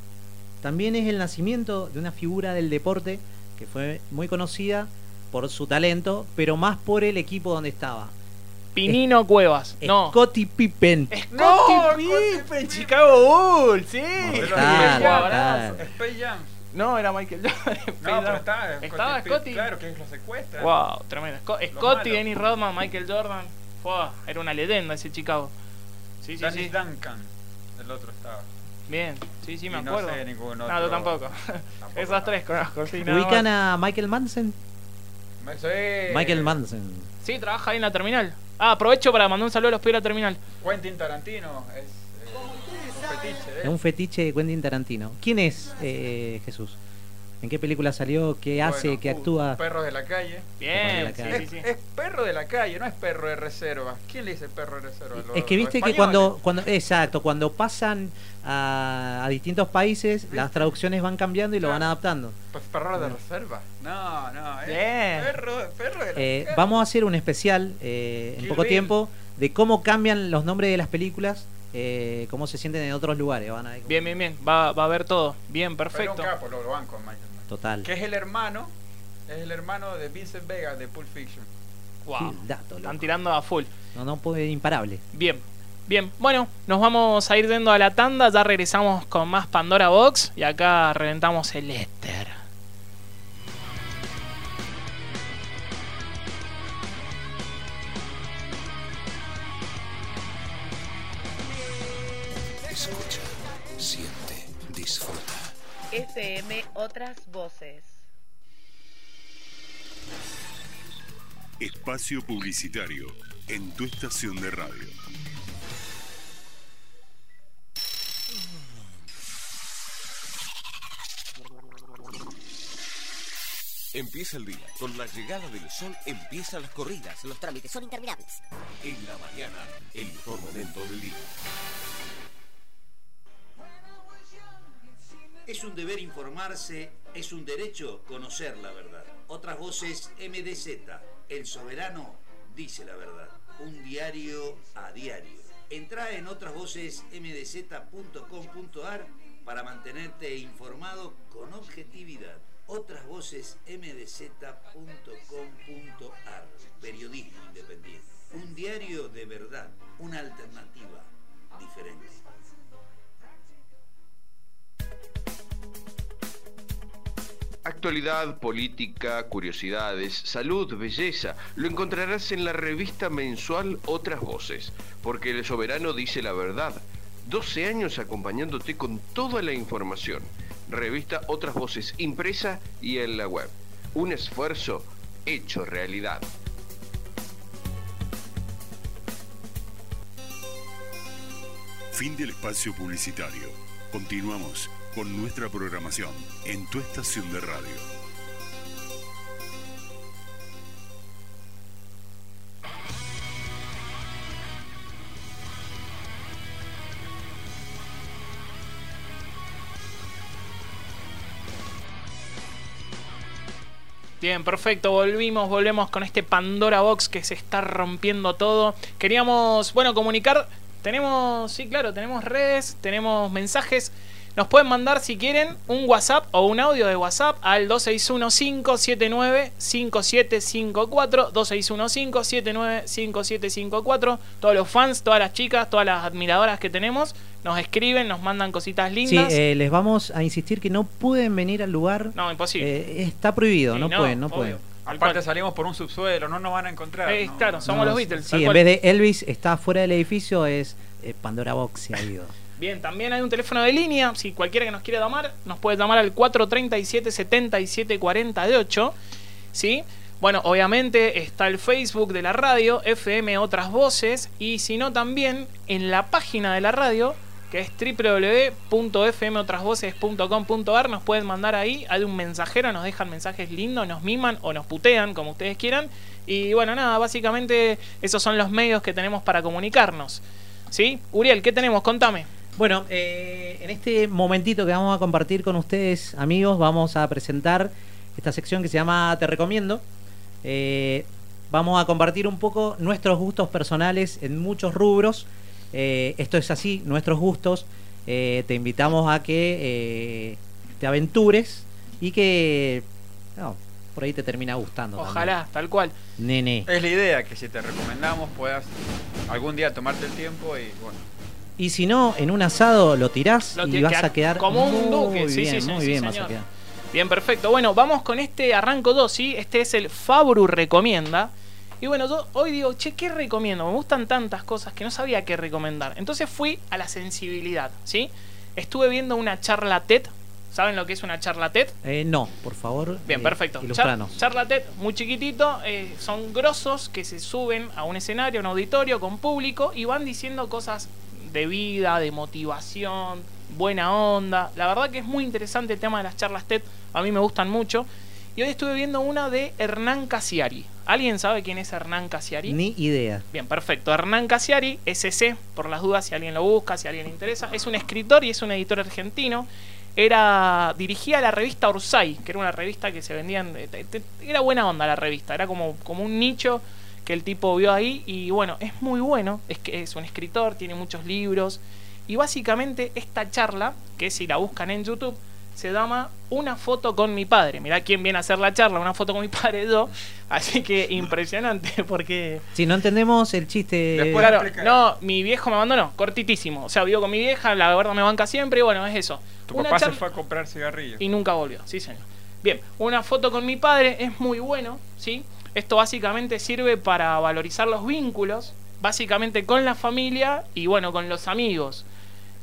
B: también es el nacimiento de una figura del deporte que fue muy conocida por su talento, pero más por el equipo donde estaba.
A: Pinino Cuevas. No.
B: Scottie Pippen.
A: Scottie Pippen, Chicago Bulls, sí.
B: Claro,
A: Jugadorazo.
B: claro.
C: Space Jam.
A: No, era Michael Jordan.
C: No, pero estaba,
A: Estaba
C: Scottie Pitt,
A: Scottie.
C: Claro, que lo secuestra.
A: Wow, tremendo. Sco-
C: Los
A: Scottie,
C: malos.
A: Denny Rodman, Michael Jordan. Fua, era una leyenda ese Chicago. Sí, sí,
C: Dennis
A: sí.
C: Duncan, el otro estaba.
A: Bien, sí, sí, me
C: Y no
A: acuerdo.
C: sé ningún
A: No,
C: otro.
A: yo tampoco.
C: Tampoco,
A: Esas
C: no.
A: tres conozco, sí, nada más.
B: ¿Ubican
A: Eh,
B: a Michael Manson?
C: Me- soy-
B: Michael Manson.
A: Sí, trabaja ahí en la terminal. Ah, aprovecho para mandar un saludo a los pibes de la terminal.
C: Quentin Tarantino es eh, un fetiche de
B: Es
C: él.
B: un fetiche de Quentin Tarantino. ¿Quién es eh, Jesús? ¿En qué película salió? ¿Qué hace?
C: Bueno,
B: ¿Qué
C: uh,
B: actúa?
C: Perros de la calle.
A: Bien, sí,
B: Como
A: sí,
C: Es,
A: sí.
C: es perro de la calle, no es perro de reserva. ¿Quién le dice perro de reserva? Los-
B: Es que
C: los
B: viste que
C: españoles.
B: cuando, cuando exacto, cuando pasan a, a distintos países, las traducciones van cambiando y lo van adaptando.
C: Pues perro de reserva. No, no, es
A: Bien.
C: perro, perro de la
B: Eh,
C: calle.
B: vamos a hacer un especial eh, en
C: Kill
B: poco
C: Bill.
B: tiempo de cómo cambian los nombres de las películas, eh, cómo se sienten en otros lugares. Van a ver cómo-
A: Bien, bien, bien. Va, va a ver todo. Bien,
C: Pero
A: perfecto.
C: un capo, lo, lo banco, a Michael Mann.
B: Total.
C: Que es el hermano, es el hermano de Vincent Vega de Pulp Fiction.
A: Wow.
B: Qué dato, loco.
A: Están tirando a full.
B: No, no puede imparable.
A: Bien, bien. Bueno, nos vamos a ir yendo a la tanda. Ya regresamos con más Pandora Box. Y acá reventamos el éter.
L: Escucha, siente, disfruta.
K: FM Otras Voces.
G: Espacio publicitario en tu estación de radio.
L: Empieza el día. Con la llegada del sol empiezan las corridas. Los trámites son interminables. En la mañana, el mejor momento del día.
J: Es un deber informarse, es un derecho conocer la verdad. Otras voces MDZ, El Soberano dice la verdad. Un diario a diario. Entra en otrasvocesmdz.com.ar para mantenerte informado con objetividad. Otras voces mdz.com.ar. Periodismo independiente. Un diario de verdad. Una alternativa diferente.
H: Actualidad, política, curiosidades, salud, belleza, lo encontrarás en la revista mensual Otras Voces, porque el soberano dice la verdad. 12 años acompañándote con toda la información. Revista Otras Voces impresa y en la web. Un esfuerzo hecho realidad.
G: Fin del espacio publicitario. Continuamos con nuestra programación en tu estación de radio.
A: Bien, perfecto, volvimos, volvemos con este Pandora Box que se está rompiendo todo. Queríamos, bueno, comunicar, tenemos, sí, claro, tenemos redes, tenemos mensajes. Nos pueden mandar si quieren un WhatsApp o un audio de WhatsApp al 2615795754, 2615795754. Todos los fans, todas las chicas, todas las admiradoras que tenemos nos escriben, nos mandan cositas
B: Sí,
A: lindas.
B: eh, les vamos a insistir que no pueden venir al lugar.
A: no, imposible.
B: Eh, está prohibido,
A: Sí,
B: no,
A: no,
B: pueden, no
A: obvio.
B: pueden.
C: Aparte salimos por un subsuelo, no nos van a encontrar.
A: Eh,
C: no,
A: claro,
C: no.
A: somos
B: No,
A: los Beatles.
B: Sí,
A: tal
B: en
A: cual.
B: vez de Elvis está fuera del edificio, es eh, Pandora Box, se ha ido.
A: Bien, también hay un teléfono de línea. Si cualquiera que nos quiera llamar, nos puede llamar al 437-7748. ¿Sí? Bueno, obviamente está el Facebook de la radio, FM Otras Voces. Y si no, también en la página de la radio que es www.fmotrasvoces.com.ar. Nos pueden mandar ahí, hay un mensajero, nos dejan mensajes lindos, nos miman o nos putean, como ustedes quieran. Y bueno, nada, básicamente esos son los medios que tenemos para comunicarnos. ¿Sí? Uriel, ¿qué tenemos? Contame.
B: Bueno, eh, en este momentito que vamos a compartir con ustedes, amigos, vamos a presentar esta sección que se llama Te Recomiendo. Eh, vamos a compartir un poco nuestros gustos personales en muchos rubros. Eh, esto es así, nuestros gustos. Eh, te invitamos a que eh, te aventures y que no, por ahí te termina gustando.
A: Ojalá, Eh. tal cual.
B: también. Nene.
C: Es la idea que si te recomendamos puedas algún día tomarte el tiempo y bueno.
B: Y si no, en un asado lo tirás
A: Lo
B: y
A: tiras,
B: vas a quedar
A: como un
B: muy
A: duque. Sí,
B: bien,
A: sí, sí,
B: muy
A: sí,
B: bien vas a
A: señor.
B: quedar.
A: Bien, perfecto. Bueno, vamos con este arranco 2, ¿sí? Este es el Fabru Recomienda. Y bueno, yo hoy digo, che, ¿qué recomiendo? Me gustan tantas cosas que no sabía qué recomendar. Entonces fui a la sensibilidad, ¿sí? Estuve viendo una charla TED. ¿Saben lo que es una charla TED?
B: Eh, no, por favor.
A: Bien,
B: eh,
A: perfecto.
B: ilustranos.
A: Char- charla TED, muy chiquitito, eh, son grosos que se suben a un escenario, a un auditorio con público y van diciendo cosas de vida, de motivación, buena onda. La verdad que es muy interesante el tema de las charlas TED, a mí me gustan mucho. Y hoy estuve viendo una de Hernán Casiari. ¿Alguien sabe quién es Hernán Casiari?
B: Ni idea.
A: Bien, perfecto. Hernán Casiari, SC, por las dudas si alguien lo busca, si alguien le interesa. Es un escritor y es un editor argentino. Era, dirigía la revista Orsay, que era una revista que se vendía... en- eh, te- te- era buena onda la revista, era como, como un nicho que el tipo vio ahí y bueno, es muy bueno, es que es un escritor, tiene muchos libros y básicamente esta charla, que si la buscan en YouTube, se llama Una foto con mi padre. Mirá quién viene a hacer la charla, una foto con mi padre, yo. Así que impresionante porque
B: Si no entendemos el chiste.
A: Claro, no, mi viejo me abandonó, cortitísimo. O sea, vivo con mi vieja, la verdad me banca siempre, y bueno, es eso.
C: Tu
A: Una
C: papá se
A: charla-
C: fue a comprar cigarrillos.
A: y nunca volvió, sí señor. Bien, una foto con mi padre es muy bueno, ¿sí? Esto básicamente sirve para valorizar los vínculos, básicamente con la familia y bueno, con los amigos.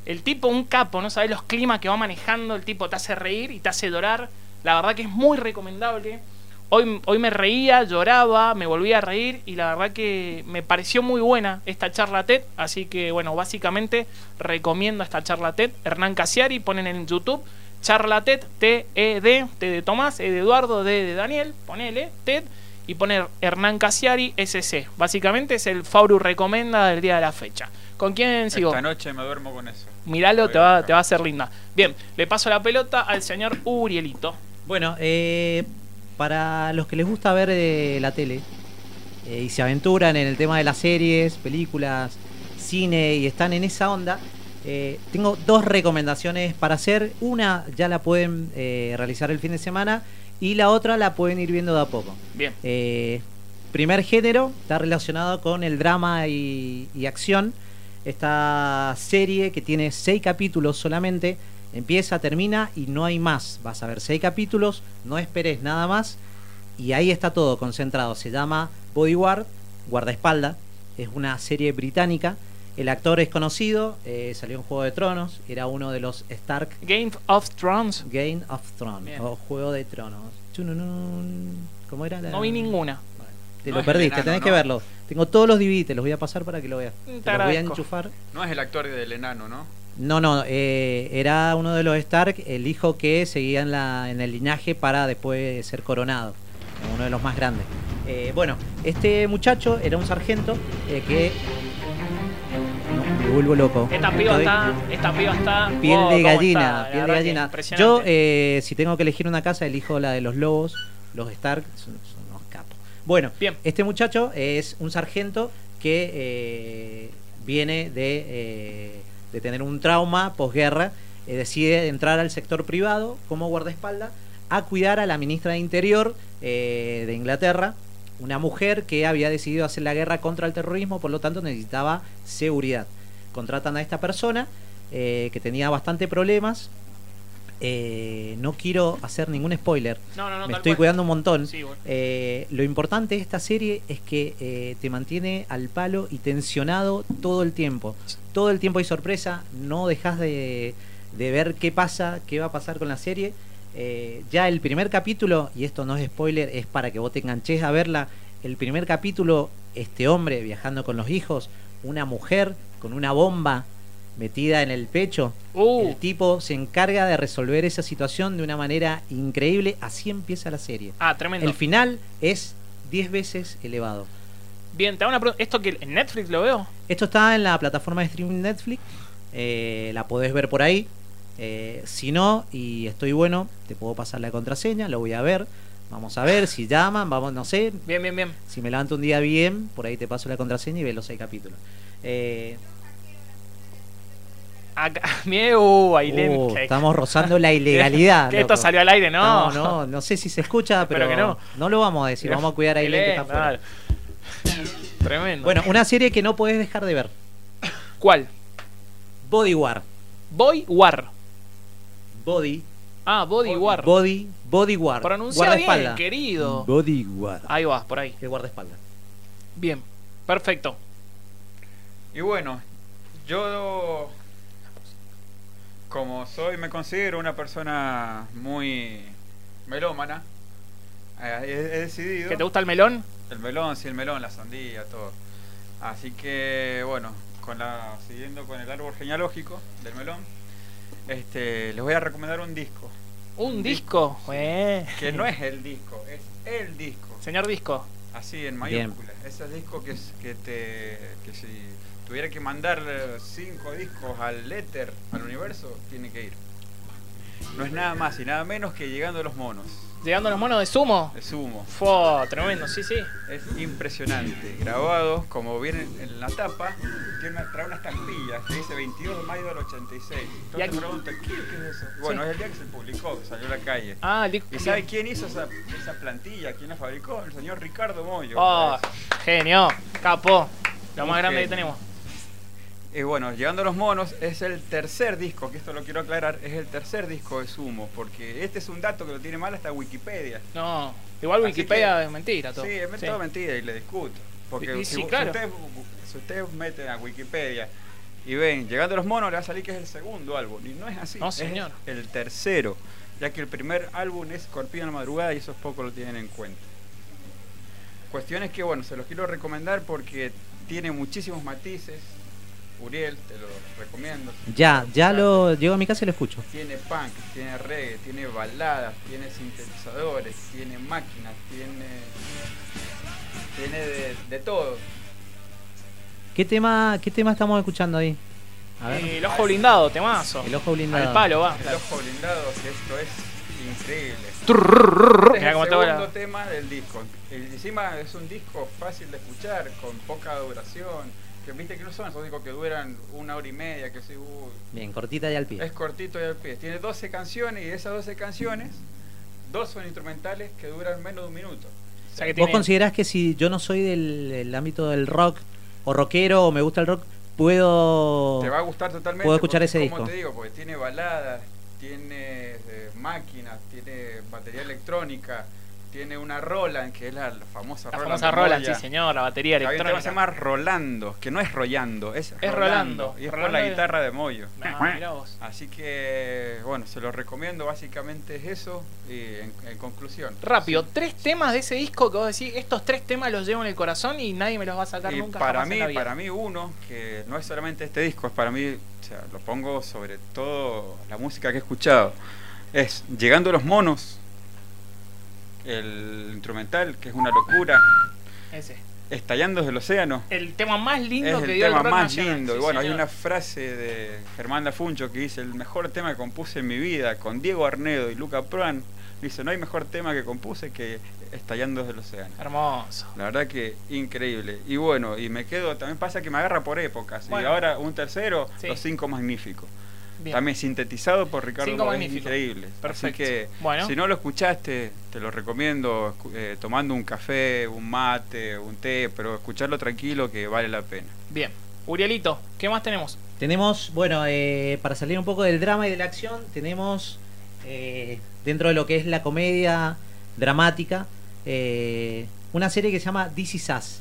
A: El tipo, un capo, ¿no sabes los climas que va manejando? El tipo te hace reír y te hace llorar. La verdad que es muy recomendable. Hoy, hoy me reía, lloraba, me volvía a reír y la verdad que me pareció muy buena esta charla TED. Así que, bueno, básicamente recomiendo esta charla TED. Hernán Casiari, ponen en YouTube charla TED, T-E-D, T de Tomás, E de Eduardo, D de Daniel, ponele TED y poner Hernán Casiari SC. Básicamente es el Fabru Recomienda del día de la fecha. ¿Con quién sigo?
C: Esta noche me duermo con eso.
A: Miralo, te va, te va a hacer linda. Bien, le paso la pelota al señor Urielito.
B: Bueno, eh, para los que les gusta ver eh, la tele eh, y se aventuran en el tema de las series, películas, cine y están en esa onda, eh, tengo dos recomendaciones para hacer. Una ya la pueden eh, realizar el fin de semana y la otra la pueden ir viendo de a poco.
A: Bien.
B: Eh, primer género está relacionado con el drama y, y acción. Esta serie que tiene seis capítulos solamente, empieza, termina y no hay más. Vas a ver seis capítulos, no esperes nada más y ahí está todo concentrado. Se llama Bodyguard, guardaespalda. Es una serie británica. El actor es conocido, eh, salió en Juego de Tronos, era uno de los Stark.
A: Game of Thrones.
B: Game of Thrones,
A: Bien.
B: o Juego de Tronos. Chununun. ¿Cómo era la-
A: No vi ninguna.
B: Te
C: No
B: lo
C: es
B: perdiste,
C: enano,
B: tenés
C: ¿no?
B: que verlo. Tengo todos los DVD, te los voy a pasar para que lo veas. Te los voy a
C: agradezco.
B: enchufar.
C: No es el actor del enano, ¿no?
B: No, no, eh, era uno de los Stark, el hijo que seguía en, la, en el linaje para después ser coronado, uno de los más grandes. Eh, bueno, este muchacho era un sargento eh, que... No, me vuelvo loco.
A: Esta piba
B: Estoy-
A: está. Esta piba está.
B: Piel
A: oh, cómo
B: de
A: está,
B: gallina,
A: la
B: piel de
A: verdad que
B: gallina.
A: impresionante.
B: Yo, eh, si tengo que elegir una casa, elijo la de los lobos. Los Stark son, son unos capos. Bueno, este muchacho es un sargento que eh, viene de, eh, de tener un trauma posguerra. eh, decide entrar al sector privado como guardaespaldas a cuidar a la ministra de Interior eh, de Inglaterra, una mujer que había decidido hacer la guerra contra el terrorismo, por lo tanto necesitaba seguridad. Contratan a esta persona eh, que tenía bastante problemas. Eh, no quiero hacer ningún spoiler.
A: No, no, no,
B: Me
A: tal
B: estoy
A: cual.
B: cuidando un montón.
A: Sí, bueno.
B: Eh, lo importante de esta serie es que eh, te mantiene al palo y tensionado todo el tiempo. Todo el tiempo hay sorpresa, no dejas de, de ver qué pasa, qué va a pasar con la serie. Eh, ya el primer capítulo, y esto no es spoiler, es para que vos te enganches a verla. El primer capítulo, este hombre viajando con los hijos, una mujer con una bomba metida en el pecho.
A: Uh,
B: El tipo se encarga de resolver esa situación de una manera increíble. Así empieza la serie.
A: Ah, tremendo.
B: El final es 10 veces elevado.
A: Bien, te hago una pregunta. ¿Esto que en Netflix lo veo?
B: Esto está en la plataforma de streaming Netflix. eh, la podés ver por ahí. Eh, si no, y estoy bueno, te puedo pasar la contraseña, lo voy a ver. Vamos a ver si llaman, vamos, no sé.
A: Bien, bien, bien.
B: Si me levanto un día bien, por ahí te paso la contraseña y ves los seis capítulos. Eh,
A: Acá, mire, uh, Ailén,
B: uh,
A: que-
B: estamos rozando la ilegalidad.
A: Que esto
B: loco.
A: salió al aire, ¿no?
B: No, no, no sé si se escucha, pero,
A: Espero que no.
B: no. lo vamos a decir. Vamos a cuidar a Ailén que está
A: Ailén,
B: afuera.
A: claro. Tremendo.
B: Bueno, una serie que no podés dejar de ver.
A: ¿Cuál?
B: Body War.
A: Boy War.
B: Body.
A: Ah, Body, War.
B: Body, body War.
A: Pronuncia bien, querido.
B: Body War.
A: Ahí vas, por ahí.
B: El guardaespaldas.
A: Bien, perfecto.
C: Y bueno, yo como soy, me considero una persona muy melómana. eh, He, he decidido.
A: ¿Que te gusta el melón?
C: El melón, sí, el melón, la sandía, todo. Así que bueno, con la, siguiendo con el árbol genealógico del melón, este, les voy a recomendar un disco.
A: Un disco. Eh.
C: Que no es el disco, es el disco.
A: Señor disco.
C: Así, en
A: Bien.
C: mayúsculas. Esos discos que, s- que te. que si tuviera que mandar eh, cinco discos al éter, al universo, tiene que ir. No es nada más y nada menos que llegando a los monos.
A: Llegando a los monos de sumo.
C: De sumo.
A: Fue tremendo, sí, sí.
C: Es impresionante. Grabados, como vienen en la tapa, tiene una- trae unas estampillas que dice 22 de mayo del 86. Yo
A: Y
C: te
A: aquí-
C: pregunto, ¿qué, qué es eso? Bueno,
A: Sí.
C: es el día que se publicó, que salió a la calle.
A: Ah, el disco.
C: ¿Y sabe quién hizo esa, esa plantilla? ¿Quién la fabricó? El señor Ricardo Moyo.
A: Oh, genio, capo. Lo
C: Un
A: más grande que
C: genio.
A: tenemos.
C: Y bueno, Llegando a los Monos es el tercer disco, que esto lo quiero aclarar, es el tercer disco de Sumo, porque este es un dato que lo tiene mal hasta Wikipedia.
A: No, igual
C: Así
A: Wikipedia
C: que-
A: es mentira todo.
C: Sí, es
A: Sí.
C: todo mentira y le discuto. Porque
A: Y- y
C: si,
A: sí,
C: vo-
A: claro.
C: si ustedes, si ustedes meten a Wikipedia y ven Llegando a los Monos, le va a salir que es el segundo álbum. Y no es así.
A: No,
C: es
A: señor.
C: el tercero, ya que el primer álbum es Corpina en la Madrugada y esos pocos lo tienen en cuenta. Cuestiones que, bueno, se los quiero recomendar porque tiene muchísimos matices. Uriel, te lo recomiendo.
B: Ya, ya lo llego a mi casa y lo escucho.
C: Tiene punk, tiene reggae, tiene baladas, tiene sintetizadores, tiene máquinas, tiene. Tiene de, de todo.
B: ¿Qué tema, qué tema estamos escuchando ahí? A ver.
A: El ojo blindado, temazo.
B: El ojo blindado.
A: Eh, Al palo va.
C: El ojo blindado, que esto es increíble.
A: Trrrrrrr.
C: Este es
A: Mirá cómo
C: el
A: te va la-
C: segundo tema del disco. El- encima es un disco fácil de escuchar, con poca duración. Que viste que no son esos discos que duran una hora y media, que sí, uy,
B: Bien, cortita y al
C: Es
B: pie.
C: cortito y al pie. Tiene 12 canciones y de esas 12 canciones, dos son instrumentales que duran menos de un minuto.
A: O sea que
B: ¿Vos
A: tiene-
B: considerás que si yo no soy del, del ámbito del rock o rockero o me gusta el rock, puedo.
C: Te va a gustar totalmente.
B: Puedo escuchar
C: porque,
B: ese
C: como
B: disco.
C: te digo, porque tiene baladas, tiene eh, máquinas, tiene batería electrónica, tiene una Roland, que es la, la famosa
A: La
C: Roland.
A: famosa
C: Memoria.
A: Roland, sí, señor, la batería
C: Había un tema que se
A: electrónica.
C: llama Rolando, que no es Rollando, es,
A: Es Rolando.
C: Y es por
A: Rolando
C: la
A: es-
C: guitarra de Moyo.
A: Ah, mirá vos.
C: Así que, bueno, se los recomiendo, básicamente es eso. Y en, en conclusión.
A: Rápido,
C: Sí.
A: tres temas de ese disco que vos decís, estos tres temas los llevo en el corazón y nadie me los va a sacar
C: Y
A: nunca.
C: para
A: jamás en
C: mí,
A: la vida.
C: para mí uno que no es solamente este disco, es para mí, o sea, lo pongo sobre todo la música que he escuchado. Es Llegando a los monos, el instrumental que es una locura,
A: Ese.
C: Estallando desde el océano.
A: El tema más lindo
C: es
A: que
C: el
A: dio
C: tema
A: el rock
C: más
A: nacional,
C: lindo.
A: sí,
C: y bueno, hay
A: señor.
C: una frase de Germán Dafuncho que dice, el mejor tema que compuse en mi vida con Diego Arnedo y Luca Proan, dice, no hay mejor tema que compuse que Estallando desde el océano.
A: Hermoso.
C: La verdad que increíble. Y bueno, y me quedo, también pasa que me agarra por épocas.
A: Bueno.
C: Y ahora un tercero,
A: Sí.
C: los cinco magníficos.
A: Bien.
C: También sintetizado por Ricardo
A: Cinco
C: Morales,
A: Magníficos.
C: increíble.
A: Perfecto.
C: Así que
A: Bueno.
C: si no lo escuchaste, te lo recomiendo escu- eh, tomando un café, un mate, un té, pero escucharlo tranquilo que vale la pena.
A: Bien. Urielito, ¿qué más tenemos?
B: Tenemos, bueno, eh, para salir un poco del drama y de la acción, tenemos eh, dentro de lo que es la comedia dramática eh, una serie que se llama This Is Us.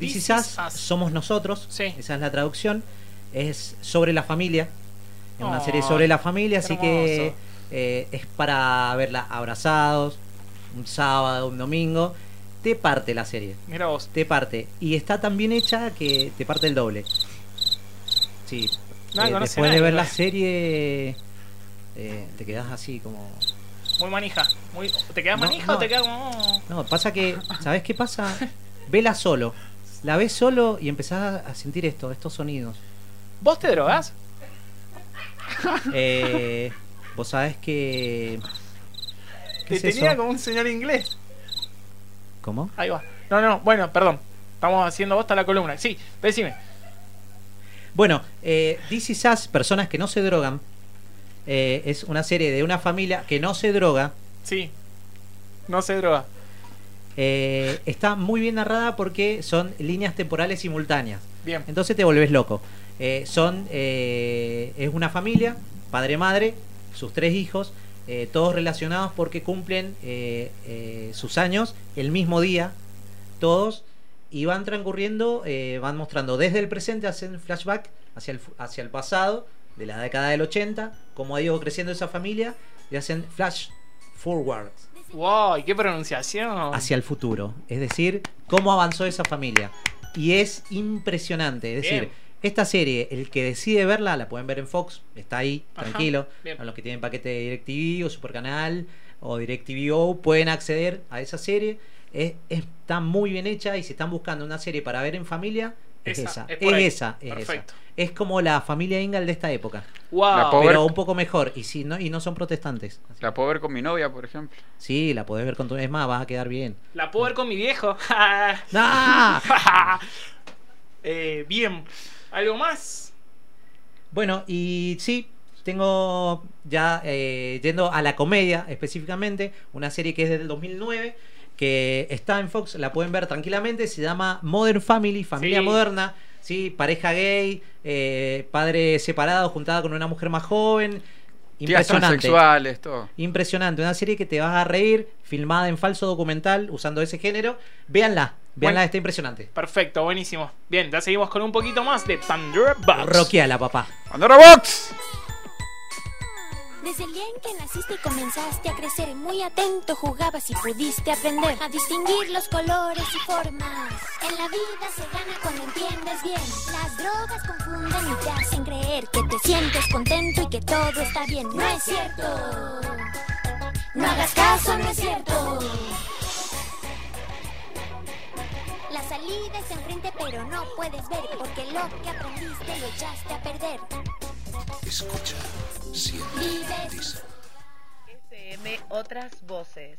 B: This, Is Us, Somos Nosotros, esa es la traducción, es sobre la familia, es una
A: Oh,
B: serie sobre la familia,
A: qué
B: así
A: hermoso.
B: que eh, es para verla abrazados, un sábado, un domingo, te parte la serie.
A: Mira vos.
B: Te parte. Y está tan bien hecha que te parte el doble. Sí,
A: No,
B: Eh,
A: conoce
B: después
A: nadie,
B: de ver la
A: claro.
B: serie, eh, te quedás así como...
A: Muy manija. Muy... ¿Te quedas
B: No,
A: manija
B: no.
A: o te quedas como.? "Oh,
B: No, pasa que, ¿sabés qué pasa? Vela solo. La ves solo y empezás a sentir esto, estos sonidos.
A: ¿Vos te drogás?
B: Eh, Vos sabés que... ¿Qué
A: Te
B: es
A: tenía
B: eso?
A: como un señor inglés.
B: ¿Cómo?
A: Ahí va. No, no, bueno, perdón. Estamos haciendo bosta la columna. Sí, decime.
B: Bueno, eh, This Is Us, Personas que no se drogan, eh, es una serie de una familia que no se droga.
A: Sí, no se droga.
B: Eh, está muy bien narrada porque son líneas temporales simultáneas.
A: Bien.
B: Entonces te volvés loco. Eh, son eh, Es una familia, padre, madre, sus tres hijos, eh, todos relacionados porque cumplen eh, eh, sus años el mismo día, todos, y van transcurriendo, eh, van mostrando desde el presente, hacen flashback hacia el, fu- hacia el pasado, de la década del 80, cómo ha ido creciendo esa familia, y hacen flash forward
A: Wow, ¿y qué pronunciación?
B: hacia el futuro. Es decir, cómo avanzó esa familia. Y es impresionante. Es decir,
A: Bien.
B: esta serie, el que decide verla, la pueden ver en Fox, está ahí,
A: Ajá,
B: tranquilo.
A: bien.
B: A los que tienen paquete de DirecTV o Supercanal o DirecTV O pueden acceder a esa serie. Es- está muy bien hecha y si están buscando una serie para ver en familia, es
A: Esa,
B: esa.
A: es
B: Es,
A: por ahí.
B: esa, es esa.
A: Perfecto.
B: Es como la familia Ingal de esta época.
A: Wow. La puedo
B: Pero
A: ver-
B: un poco mejor. Y, si no, y no son protestantes.
C: La puedo ver con mi novia, por ejemplo.
B: Sí, la podés ver con tu. Es más, vas a quedar bien. ¡Ah!
A: La puedo ver con mi viejo.
B: ¡No!
A: Eh, bien. ¿Algo más?
B: Bueno, y sí, tengo ya eh, yendo a la comedia específicamente, una serie que es del 2009, que está en Fox, la pueden ver tranquilamente, se llama Modern Family, Familia
A: Sí.
B: Moderna, sí, pareja gay, eh, padre separado, juntada con una mujer más joven.
C: Tías
B: Impresionante.
C: transexuales, todo.
B: Impresionante, una serie que te vas a reír, filmada en falso documental, usando ese género. Véanla, véanla,
A: Bueno.
B: está impresionante.
A: Perfecto, buenísimo. Bien, ya seguimos con un poquito más de Thunderbox.
B: Roqueala, papá.
C: ¡Thunderbox!
M: Desde el día en que naciste y comenzaste a crecer, muy atento jugabas y pudiste aprender a distinguir los colores y formas. En la vida se gana cuando entiendes bien. Las drogas confunden y te hacen creer que te sientes contento y que todo está bien. No es cierto. No hagas caso, no es cierto. La salida está enfrente, pero no puedes ver porque lo que aprendiste lo echaste a perder.
L: Escucha,
M: Vive
K: FM Otras Voces.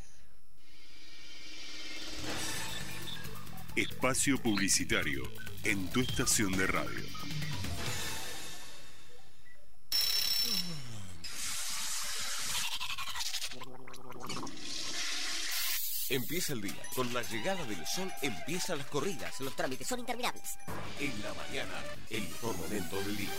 G: Espacio publicitario en tu estación de radio.
L: Empieza el día. Con la llegada del sol empiezan las corridas. Los trámites son interminables. En la mañana, el mejor momento del día.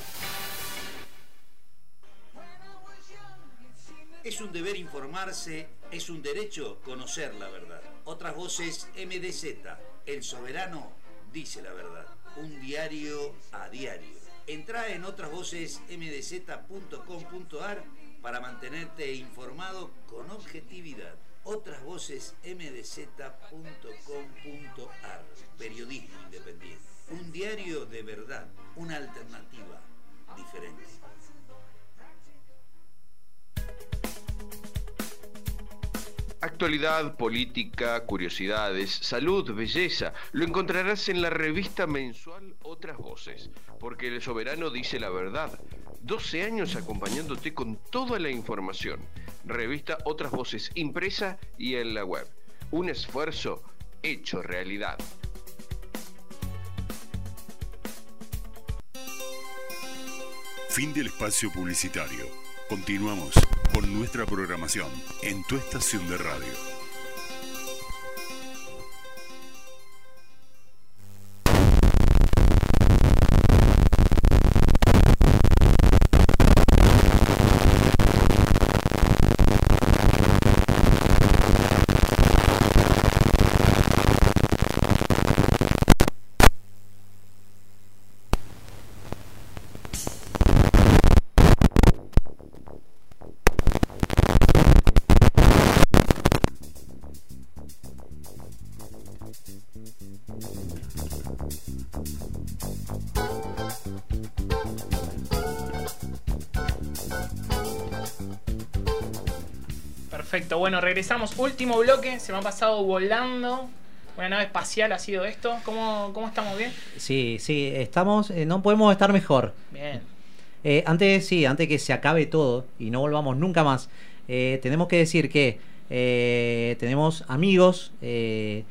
J: Es un deber informarse, es un derecho conocer la verdad. Otras voces MDZ, El Soberano dice la verdad. Un diario a diario. Entra en otrasvocesmdz.com.ar para mantenerte informado con objetividad. Otrasvocesmdz.com.ar Periodismo independiente. Un diario de verdad, una alternativa diferente.
N: Actualidad, política, curiosidades, salud, belleza, lo encontrarás en la revista mensual Otras Voces, porque el soberano dice la verdad. 12 años acompañándote con toda la información. Revista Otras Voces impresa y en la web. Un esfuerzo hecho realidad.
G: Fin del espacio publicitario. Continuamos con nuestra programación en tu estación de radio.
A: Perfecto, bueno, regresamos. Último bloque, se me ha pasado volando. Una nave espacial ha sido esto. ¿Cómo, cómo estamos bien?
B: Sí, sí, estamos, eh, no podemos estar mejor.
A: Bien.
B: Eh, antes, sí, antes que se acabe todo y no volvamos nunca más, eh, tenemos que decir que eh, tenemos amigos eh,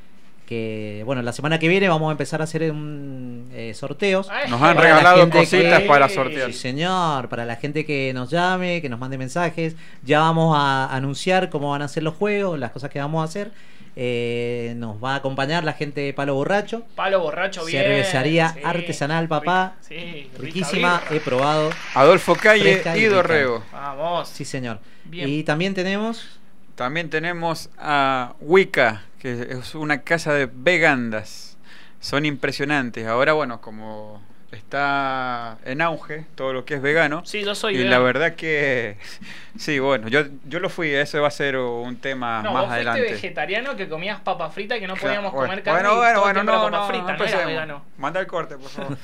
B: que, bueno, la semana que viene vamos a empezar a hacer un, eh, sorteos.
C: Nos han
B: Para la
C: regalado
B: gente
C: cositas para sortear.
B: Sí, señor, para la gente que nos llame, que nos mande mensajes. Ya vamos a anunciar cómo van a ser los juegos, las cosas que vamos a hacer. Eh, nos va a acompañar la gente de Palo Borracho.
A: Palo borracho bien.
B: Cervecería
A: Sí,
B: artesanal, papá.
A: sí, rica
B: Riquísima,
A: birra.
B: he probado.
C: Adolfo Calle
B: Fresca
C: y
B: rica.
C: Dorrego.
A: Vamos.
B: Sí, señor.
A: Bien.
B: Y también tenemos.
C: También tenemos a Wicca, que es una casa de vegandas. Son impresionantes. Ahora, bueno, como está en auge todo lo que es vegano.
A: Sí, yo soy
C: Y
A: vegano.
C: la verdad que. Sí, bueno, yo, yo lo fui. Eso va a ser un tema
A: No,
C: Ah, más
A: vos fuiste
C: adelante.
A: vegetariano que comías papa frita y que no
C: Claro,
A: podíamos
C: bueno,
A: comer carne.
C: bueno,
A: y todo
C: bueno,
A: el
C: bueno,
A: tiempo era
C: no,
A: papa
C: no,
A: frita,
C: no
A: no, era
C: empecemos.
A: vegano.
C: Manda el corte, por favor.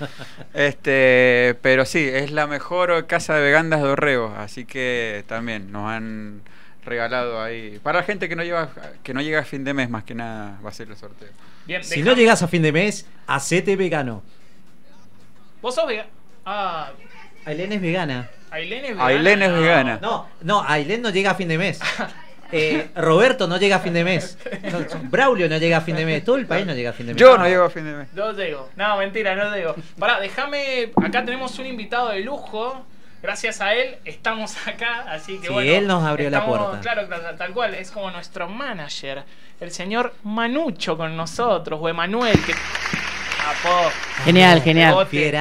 C: Este, pero sí, es la mejor casa de vegandas de Orrego, así que también nos han regalado ahí. Para la gente que no lleva que no llega a fin de mes más que nada va a ser el sorteo.
A: Bien,
B: Si no llegas a fin de mes, hacete vegano.
A: Vos sos vegano. Ah,
B: Ailén es vegana.
A: Ailén es vegana.
C: Ailén Ah, es vegana.
B: No, no, Ailén no llega a fin de mes. Eh, Roberto no llega a fin de mes. Braulio no llega a fin de mes. Todo el país no llega a fin de mes. Ah,
C: Yo no llego a fin de mes.
A: No llego. No, mentira, no llego. Pará, déjame. Acá tenemos un invitado de lujo. Gracias a él estamos acá, así que
B: Sí,
A: bueno.
B: él nos abrió la
A: estamos-
B: puerta.
A: Claro, claro, tal cual. Es como nuestro manager, el señor Manucho con nosotros, o Emanuel. Que...
C: Ah,
A: Apo.
E: Genial, genial.
A: Bote.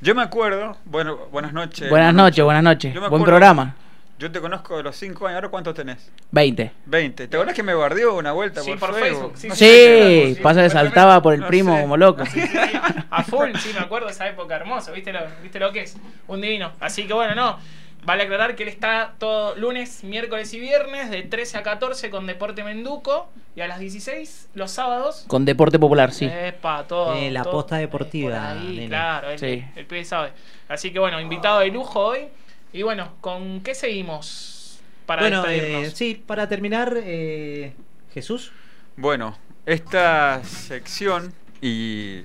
C: Yo me acuerdo, bueno, buenas noches.
E: Buenas noches, buenas noches.
C: Yo me
E: Buen
C: acuerdo-
E: programa.
C: Yo te conozco de los 5 años, ahora cuántos tenés?
E: 20.
C: 20. ¿Te acuerdas que me bardeó una vuelta por, Facebook?
E: Sí,
C: No sé si te acuerdas.
E: pasa que saltaba por el primo como loco.
A: A full, sí, me acuerdo de esa época hermosa, ¿viste lo, ¿viste lo que es? Un divino. Así que bueno, no. Vale aclarar que él está todo lunes, miércoles y viernes de 13 a 14 con Deporte Menduco y a las 16 los sábados.
E: Con deporte popular, sí.
A: Epa, todo.
B: Eh, la
A: todo
B: posta deportiva.
A: ahí,
B: nene.
A: claro, el,
E: Sí.
A: el pibe sabe. Así que bueno, invitado de lujo hoy. Y bueno, ¿con qué seguimos? Para
B: bueno,
A: despedirnos.
B: eh, sí, para terminar, eh, Jesús.
C: Bueno, esta sección y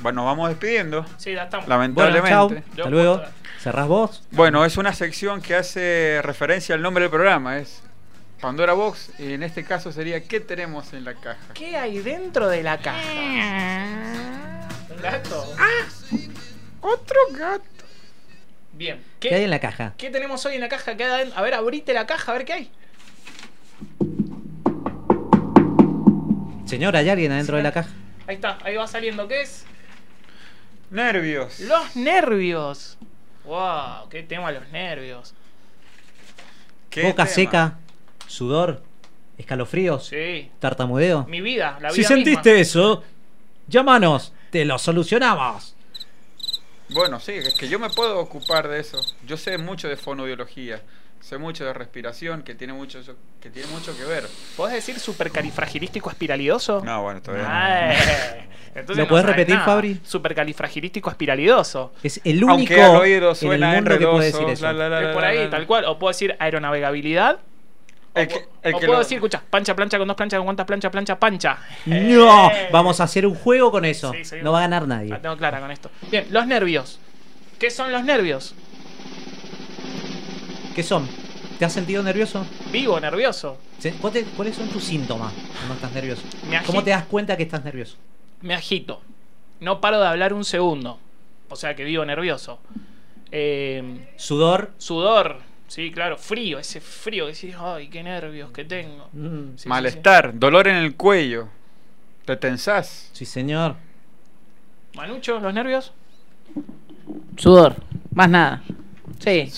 C: bueno, nos vamos despidiendo.
A: Sí, ya estamos.
C: Lamentablemente.
B: Bueno, chao. Hasta luego. Cerrás vos.
C: Bueno, es una sección que hace referencia al nombre del programa, es Pandora Box y en este caso sería ¿qué tenemos en la caja?
A: ¿Qué hay dentro de la caja? ¿Un gato?
C: Otro gato.
A: Bien.
B: ¿Qué hay en la caja?
A: ¿Qué tenemos hoy en la caja? ¿Qué hay adentro? A ver, abrite la caja, a ver qué hay.
B: Señor, ¿hay alguien adentro de la caja?
A: Ahí está, ahí va saliendo. ¿Qué es?
C: Nervios.
A: Los nervios. Wow, qué tema los nervios.
B: Boca seca, sudor, escalofríos,
A: Sí.
B: tartamudeo.
A: Mi vida, la vida
B: si sentiste eso, llámanos, te lo solucionamos.
C: Bueno, sí, es que yo me puedo ocupar de eso. Yo sé mucho de fonobiología, sé mucho de respiración, que tiene mucho que tiene mucho que ver.
A: ¿Puedes decir supercalifragilístico espiralidoso?
C: No, bueno, todavía no.
B: Ah,
A: Entonces
B: ¿Lo
A: no
B: puedes
A: sabes
B: repetir,
A: nada.
B: Fabri?
A: Supercalifragilístico espiralidoso.
B: Es el único
C: Aunque al oído
B: en el
C: suena
B: mundo que puede decir
C: enredoso,
B: eso.
C: la, la, la,
A: Es
C: la,
A: por
C: la,
A: ahí,
C: la.
A: tal cual. O puedo decir aeronavegabilidad.
C: El que, el
A: o
C: que
A: puedo
C: lo-
A: decir, escucha, pancha, plancha con dos planchas, con cuántas planchas, plancha, pancha.
B: No, vamos a hacer un juego con eso.
A: Eh. Sí, sí.
B: no va a ganar nadie.
A: La tengo clara con esto. Bien, los nervios. ¿Qué son los nervios?
B: ¿Qué son? ¿Te has sentido nervioso?
A: Vivo, nervioso.
B: ¿Se- cuál te- ¿Cuáles son tus síntomas cuando estás nervioso?
A: Me agito.
B: ¿Cómo te das cuenta que estás nervioso?
A: Me agito. No paro de hablar un segundo. O sea que vivo nervioso. Eh,
B: Sudor.
A: sudor. Sí, claro. Frío, ese frío que decís, ay, qué nervios que tengo.
B: Mm.
A: Sí, sí,
C: Malestar, dolor en el cuello. Te tensás.
B: Sí, señor.
A: sí. Manucho, los nervios.
E: Sudor, más nada. Sí.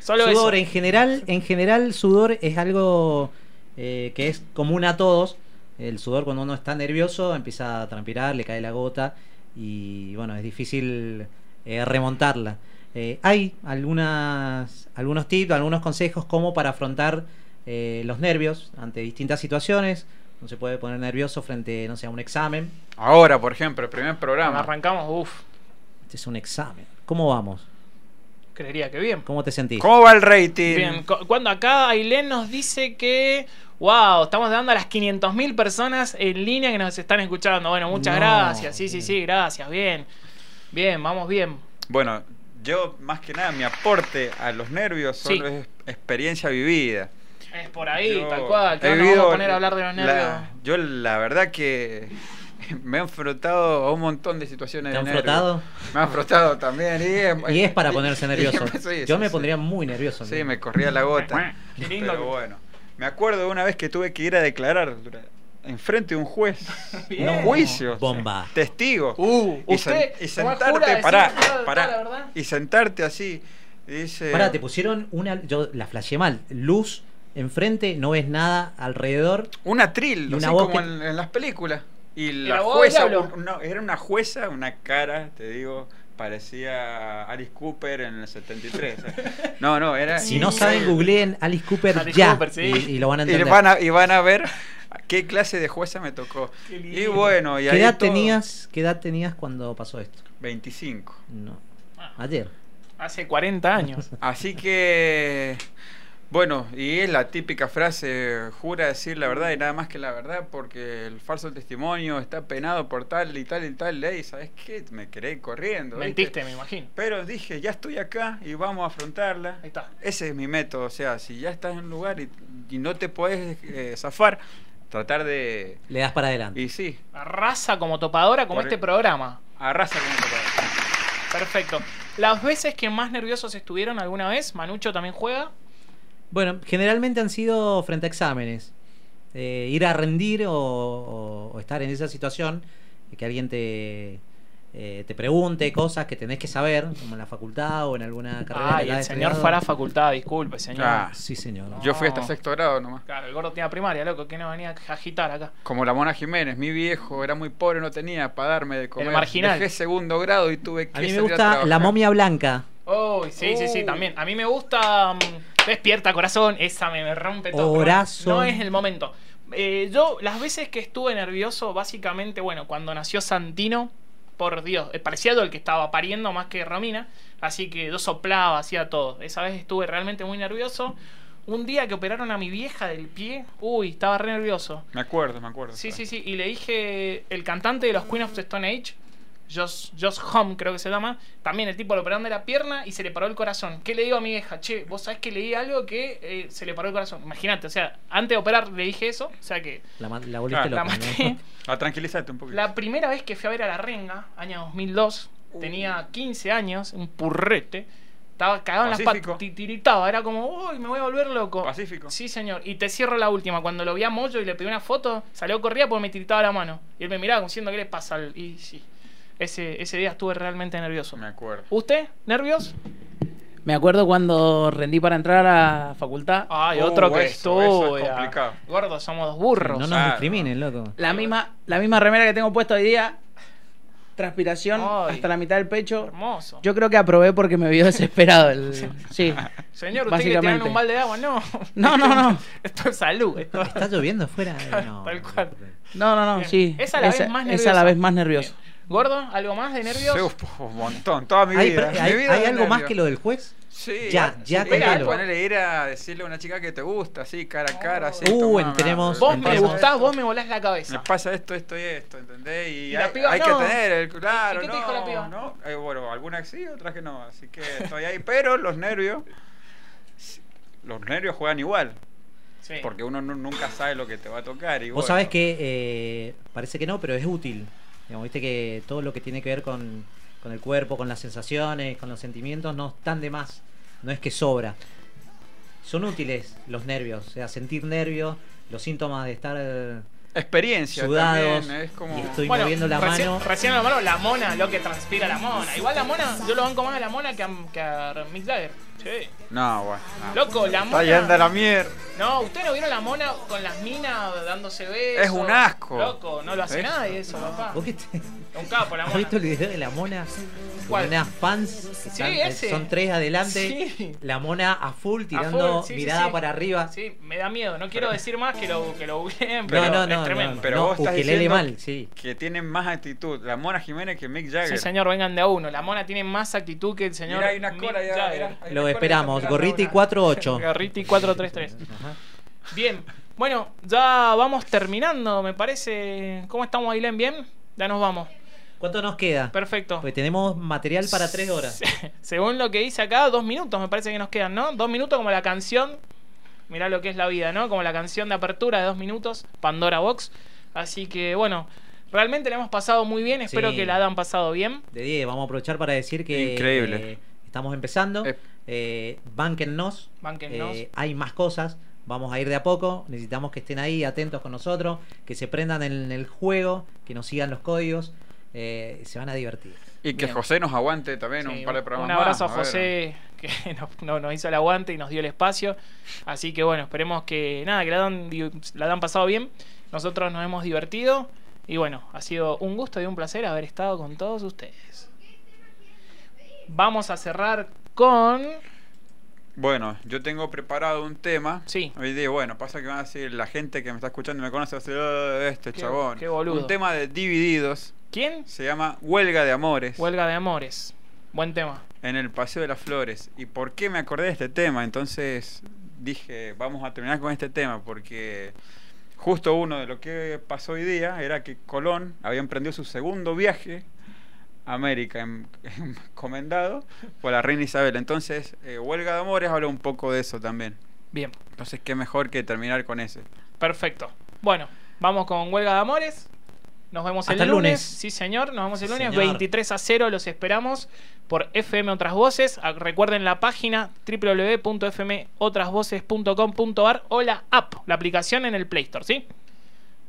A: Solo
B: sudor
A: eso.
B: en general, en general sudor es algo eh, que es común a todos. El sudor cuando uno está nervioso empieza a transpirar, le cae la gota y bueno, es difícil eh, remontarla. Eh, hay algunas, algunos tips, algunos consejos como para afrontar eh, los nervios ante distintas situaciones. No se puede poner nervioso frente, no sé, a un examen.
C: Ahora, por ejemplo, el primer programa.
A: Arrancamos, uff.
B: Este es un examen. ¿Cómo vamos?
A: Creería que bien.
B: ¿Cómo te sentís?
C: ¿Cómo va el rating?
A: Bien, cu- cuando acá Ailén nos dice que. ¡Wow! Estamos dando a las 500.000 personas en línea que nos están escuchando. Bueno, muchas
C: No,
A: gracias. Sí, sí, sí, gracias. Bien. Bien, vamos bien.
C: Bueno, yo más que nada mi aporte a los nervios solo
A: Sí.
C: es experiencia vivida.
A: Es por ahí,
C: Yo
A: tal cual.
C: he
A: Que no nos vamos
C: vivido
A: a poner a hablar de los nervios.
C: la- yo la verdad que me he enfrentado a un montón de situaciones
B: ¿Te
C: de
B: han
C: nervios.
B: frotado?
C: Me han frotado también. Y es,
B: Y es para ponerse
C: y-
B: nervioso.
C: sí,
B: Yo
C: sí,
B: me
C: sí.
B: pondría muy nervioso.
C: Sí, me corría la gota. Pero bueno, me acuerdo una vez que tuve que ir a declarar dura- enfrente de un juez.
A: Bien. Uh,
C: Un juicio.
B: Bomba.
C: Testigo. y,
A: usted
C: sen- y
A: nomás jura
C: sentarte,
A: decir
C: pará,
A: toda- toda
C: pará,
A: la verdad.
C: Y sentarte así. y Dice.
B: Pará, te pusieron una. Yo la flasheé mal. Luz enfrente, no ves nada alrededor.
C: Un atril,
B: y una
C: así
B: voz
C: como
B: que-
C: en, en las películas. Y
B: ¿Era
C: la
B: vos,
C: jueza,
B: diablo?
C: un- no, era una jueza, una cara, te digo, parecía Alice Cooper en el 73. o sea, no, no, era.
B: Si no saben,
C: increíble.
B: googleen Alice Cooper
C: Alice
B: ya.
C: Cooper, sí.
B: y, y lo van a
C: Y
B: entender.
C: van a- y van a ver qué clase de jueza me tocó. Y bueno, y
B: ¿Qué
C: ahí
B: edad,
C: todo-
B: tenías, ¿Qué edad tenías cuando pasó esto?
C: 25.
B: No.
C: Ah.
B: Ayer.
A: Hace 40 años.
C: Así que, bueno, y es la típica frase, jura decir la verdad y nada más que la verdad, porque el falso testimonio está penado por tal y tal y tal ley, ¿sabes qué? Me queré ir corriendo. ¿viste?
A: Mentiste, me imagino.
C: Pero dije, ya estoy acá y vamos a afrontarla.
A: Ahí está.
C: Ese es mi método, o sea, si ya estás en un lugar y, y no te podés eh, zafar, tratar de...
B: Le das para adelante.
C: Y sí,
A: Arrasa como topadora, como
C: Por-
A: este programa.
C: arrasa con el papá.
A: Perfecto. Las veces que más nerviosos estuvieron alguna vez, Manucho también juega.
B: Bueno, generalmente han sido frente a exámenes. Eh, ir a rendir o, o- o estar en esa situación, eh, que alguien te, eh, te pregunte cosas que tenés que saber, como en la facultad o en alguna carrera.
A: Ay,
B: que
A: Ah, el
B: hayas
A: señor
B: estudiado.
A: Fará facultad, disculpe, señor.
C: Ah,
B: Sí, señor.
C: Yo fui
A: No.
C: hasta sexto grado nomás.
A: Claro, el gordo tenía primaria, loco, que no venía a agitar acá.
C: Como la Mona Jiménez, mi viejo era muy pobre, no tenía para darme de comer.
A: marginal.
C: Dejé segundo grado y tuve que
B: A mí me
C: salir
B: gusta
C: trabajar.
B: la momia blanca.
A: Oh, sí, sí, sí, también. A mí me gusta. mm, despierta, corazón. Esa me, me rompe todo. pero
B: Corazón.
A: No es el momento. Eh, yo, las veces que estuve nervioso, básicamente, bueno, cuando nació Santino, por Dios, eh, parecía yo el que estaba pariendo más que Romina. Así que yo soplaba, hacía todo. Esa vez estuve realmente muy nervioso. Un día que operaron a mi vieja del pie, uy, estaba re nervioso.
C: Me acuerdo, me acuerdo.
A: Sí, sí, sí. Y le dije, el cantante de los Queen of the Stone Age, Josh, Josh Home, creo que se llama, también el tipo lo operaron de la pierna y se le paró el corazón. ¿Qué le digo a mi vieja? Che, vos sabés que leí algo que eh, se le paró el corazón. Imagínate, o sea, antes de operar le dije eso, o sea que
B: La, ma- la volviste
C: Ah,
B: loca.
C: la
B: ¿no?
C: Ah, tranquilízate un poquito.
A: la primera vez que fui a ver a La Renga, año 2002, tenía 15 años, un purrete. Estaba cagado en las
C: Pacífico.
A: patas, ti- tiritaba, era como, uy, me voy a volver loco. Pacífico. Sí, señor. Y te cierro la última. Cuando lo vi a Moyo y le pedí una foto, salió corría porque me tiritaba la mano. Y él me miraba como diciendo, ¿qué le pasa? al-?" Y sí, ese, ese día estuve realmente nervioso. Me
C: acuerdo.
A: ¿Usted? ¿Nervios?
E: Me acuerdo cuando rendí para entrar a la facultad.
C: Oh,
A: Ay, otro que estuve. ah. Gordo, somos dos burros.
B: No nos discriminen, loco.
E: La misma, la misma remera que tengo puesta hoy día. Transpiración
A: Ay.
E: hasta la mitad del pecho.
A: Hermoso.
E: Yo creo que aprobé porque me vio desesperado. El... Sí.
A: Señor, ¿usted que le tiraron
E: básicamente.
A: un balde de agua? No.
E: No, no, no.
A: Esto es salud. esto-
B: Está lloviendo afuera. eh, No.
A: Tal cual.
E: No, no, no,
A: Bien.
E: sí.
A: Esa la vez más
E: esa
A: nerviosa.
E: la vez más nerviosa.
A: Gordo, ¿algo más de nervios?
C: Sí, un un montón, toda mi
B: ¿Hay,
C: vida.
B: hay-
C: Mi vida
B: hay
C: de
B: algo más
C: nervio.
B: que lo del juez?
C: Sí, ah,
B: Ya, ya
C: sí,
B: contalo.
C: era ponerle ir a decirle a una chica que te gusta, así, cara a cara, así.
B: Uh,
C: toma,
B: en- tenemos-
C: me-
A: Vos
C: me
A: me
C: pasa
A: gustás,
C: esto.
A: vos me volás la cabeza.
C: Me pasa esto, esto y esto, ¿entendés? Y,
A: Y la
C: hay,
A: piba
C: hay
A: no.
C: que tener el claro,
A: ¿Y qué
C: no,
A: te dijo la piba?
C: no. Eh, bueno, algunas sí, otras que no, así que estoy ahí, pero los nervios los nervios juegan igual. Porque uno nu- nunca sabe lo que te va a tocar. Y
B: Vos
C: bueno,
B: sabés que eh, parece que no, pero es útil. Digamos, Viste que todo lo que tiene que ver con, con el cuerpo, con las sensaciones, con los sentimientos, no están de más. No es que sobra. Son útiles los nervios. O sea, sentir nervios, los síntomas de estar eh,
C: Experiencia
B: sudados.
C: también, ¿eh? es como-
B: Y estoy
A: Bueno,
B: moviendo la
A: recién,
B: mano.
A: Recién la mano, la mona, lo que transpira la mona. Igual la mona, yo lo banco más a la mona que a, que a Mick Jagger. Sí.
C: No, bueno. no.
A: Loco, la
C: Está yendo
A: mona.
C: a la mierda.
A: No, ¿ustedes no vieron la mona con las minas dándose besos?
C: Es un asco.
A: Loco, no lo hace
C: Eso.
A: nadie eso, papá.
B: ¿Vos qué te-
A: Un capo la
B: ¿Has
A: mona.
B: visto el video de la mona?
A: ¿Cuál?
B: unas pants. que
A: Sí,
B: están- eh,
A: ese.
B: Son tres adelante.
A: Sí.
B: La mona
A: A
B: a full
A: full,
B: tirando
A: sí, sí,
B: mirada
A: sí.
B: para arriba.
A: Sí, me da miedo. No quiero decir más que lo, que lo googleen,
B: No,
A: pero
B: no,
A: es
B: no,
A: tremendo.
B: no,
C: Pero
B: no,
C: vos estás
B: ukelele
C: diciendo
B: mal, sí.
C: que tienen más actitud la Mona Jiménez que Mick Jagger.
A: Sí, señor, vengan de a uno. La mona tiene más actitud que el señor.
C: Mirá, hay una
A: Mick
C: cola ya,
A: Jagger.
C: mirá,
B: Lo esperamos. Gorriti 48.
A: Garriti 433. Bien, bueno, ya vamos terminando, me parece. ¿Cómo estamos, Ailén? ¿Bien? Ya nos vamos.
B: ¿Cuánto nos queda?
A: Perfecto.
B: Porque tenemos material para tres horas.
A: Según lo que dice acá, dos minutos me parece que nos quedan, ¿no? Dos minutos como la canción. Mirá lo que es la vida, ¿no? Como la canción de apertura de dos minutos, Pandora Box. Así que, bueno, realmente la hemos pasado muy bien. Espero
B: Sí.
A: que la hayan pasado bien.
B: De 10, vamos a aprovechar para decir que
C: Increíble.
B: eh, estamos empezando. Eh, bánquennos.
A: Bánquennos.
B: Eh, hay más cosas. Vamos a ir de a poco. Necesitamos que estén ahí atentos con nosotros, que se prendan en el juego, que nos sigan los códigos. Eh, se van a divertir.
C: Y que
B: Bien.
C: José nos aguante también un par de programas
A: Un abrazo
C: más,
A: a
C: ver.
A: José que nos, no- nos hizo el aguante y nos dio el espacio. Así que bueno, esperemos que nada, que la hayan, di- la hayan pasado bien. Nosotros nos hemos divertido. Y bueno, ha sido un gusto y un placer haber estado con todos ustedes. Vamos a cerrar con.
C: Bueno, yo tengo preparado un tema. Sí. Hoy día, bueno, pasa que van a decir la gente que me está escuchando y me conoce, va a decir, "Ah, este
A: Qué-
C: chabón.
A: qué boludo.
C: Un tema de Divididos.
A: ¿Quién?
C: Se llama Huelga de Amores.
A: Huelga de Amores. Buen tema.
C: En el Paseo de las Flores. ¿Y por qué me acordé de este tema? Entonces dije, vamos a terminar con este tema, porque justo uno de lo que pasó hoy día era que Colón había emprendido su segundo viaje a América, em- encomendado por la reina Isabel. Entonces, eh, Huelga de Amores habla un poco de eso también.
A: Bien.
C: Entonces, qué mejor que terminar con ese.
A: Perfecto. Bueno, vamos con Huelga de Amores. Nos vemos
C: Hasta
A: el
C: el
A: lunes.
C: lunes.
A: Sí, señor. Nos vemos el
B: Sí,
A: lunes.
B: señor.
A: 23 a 0. Los esperamos por FM Otras Voces. A- Recuerden la página www.fmotrasvoces.com.ar o la app, la aplicación en el Play Store. ¿sí?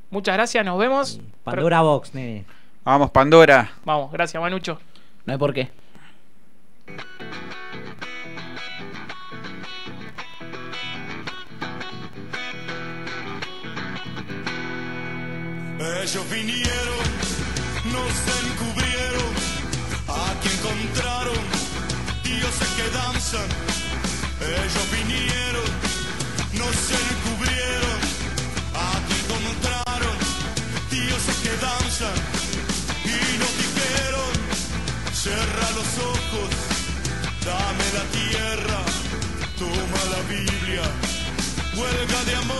A: Muchas gracias. Nos vemos.
B: Pandora Box, nene.
C: Vamos, Pandora.
A: Vamos, gracias, Manucho.
E: No hay por qué.
G: Ellos vinieron, nos encubrieron, aquí encontraron dioses que danzan. Ellos vinieron, nos encubrieron, aquí encontraron dioses que danzan. Y nos dijeron, cierra los ojos, dame la tierra, toma la Biblia, huelga de amor.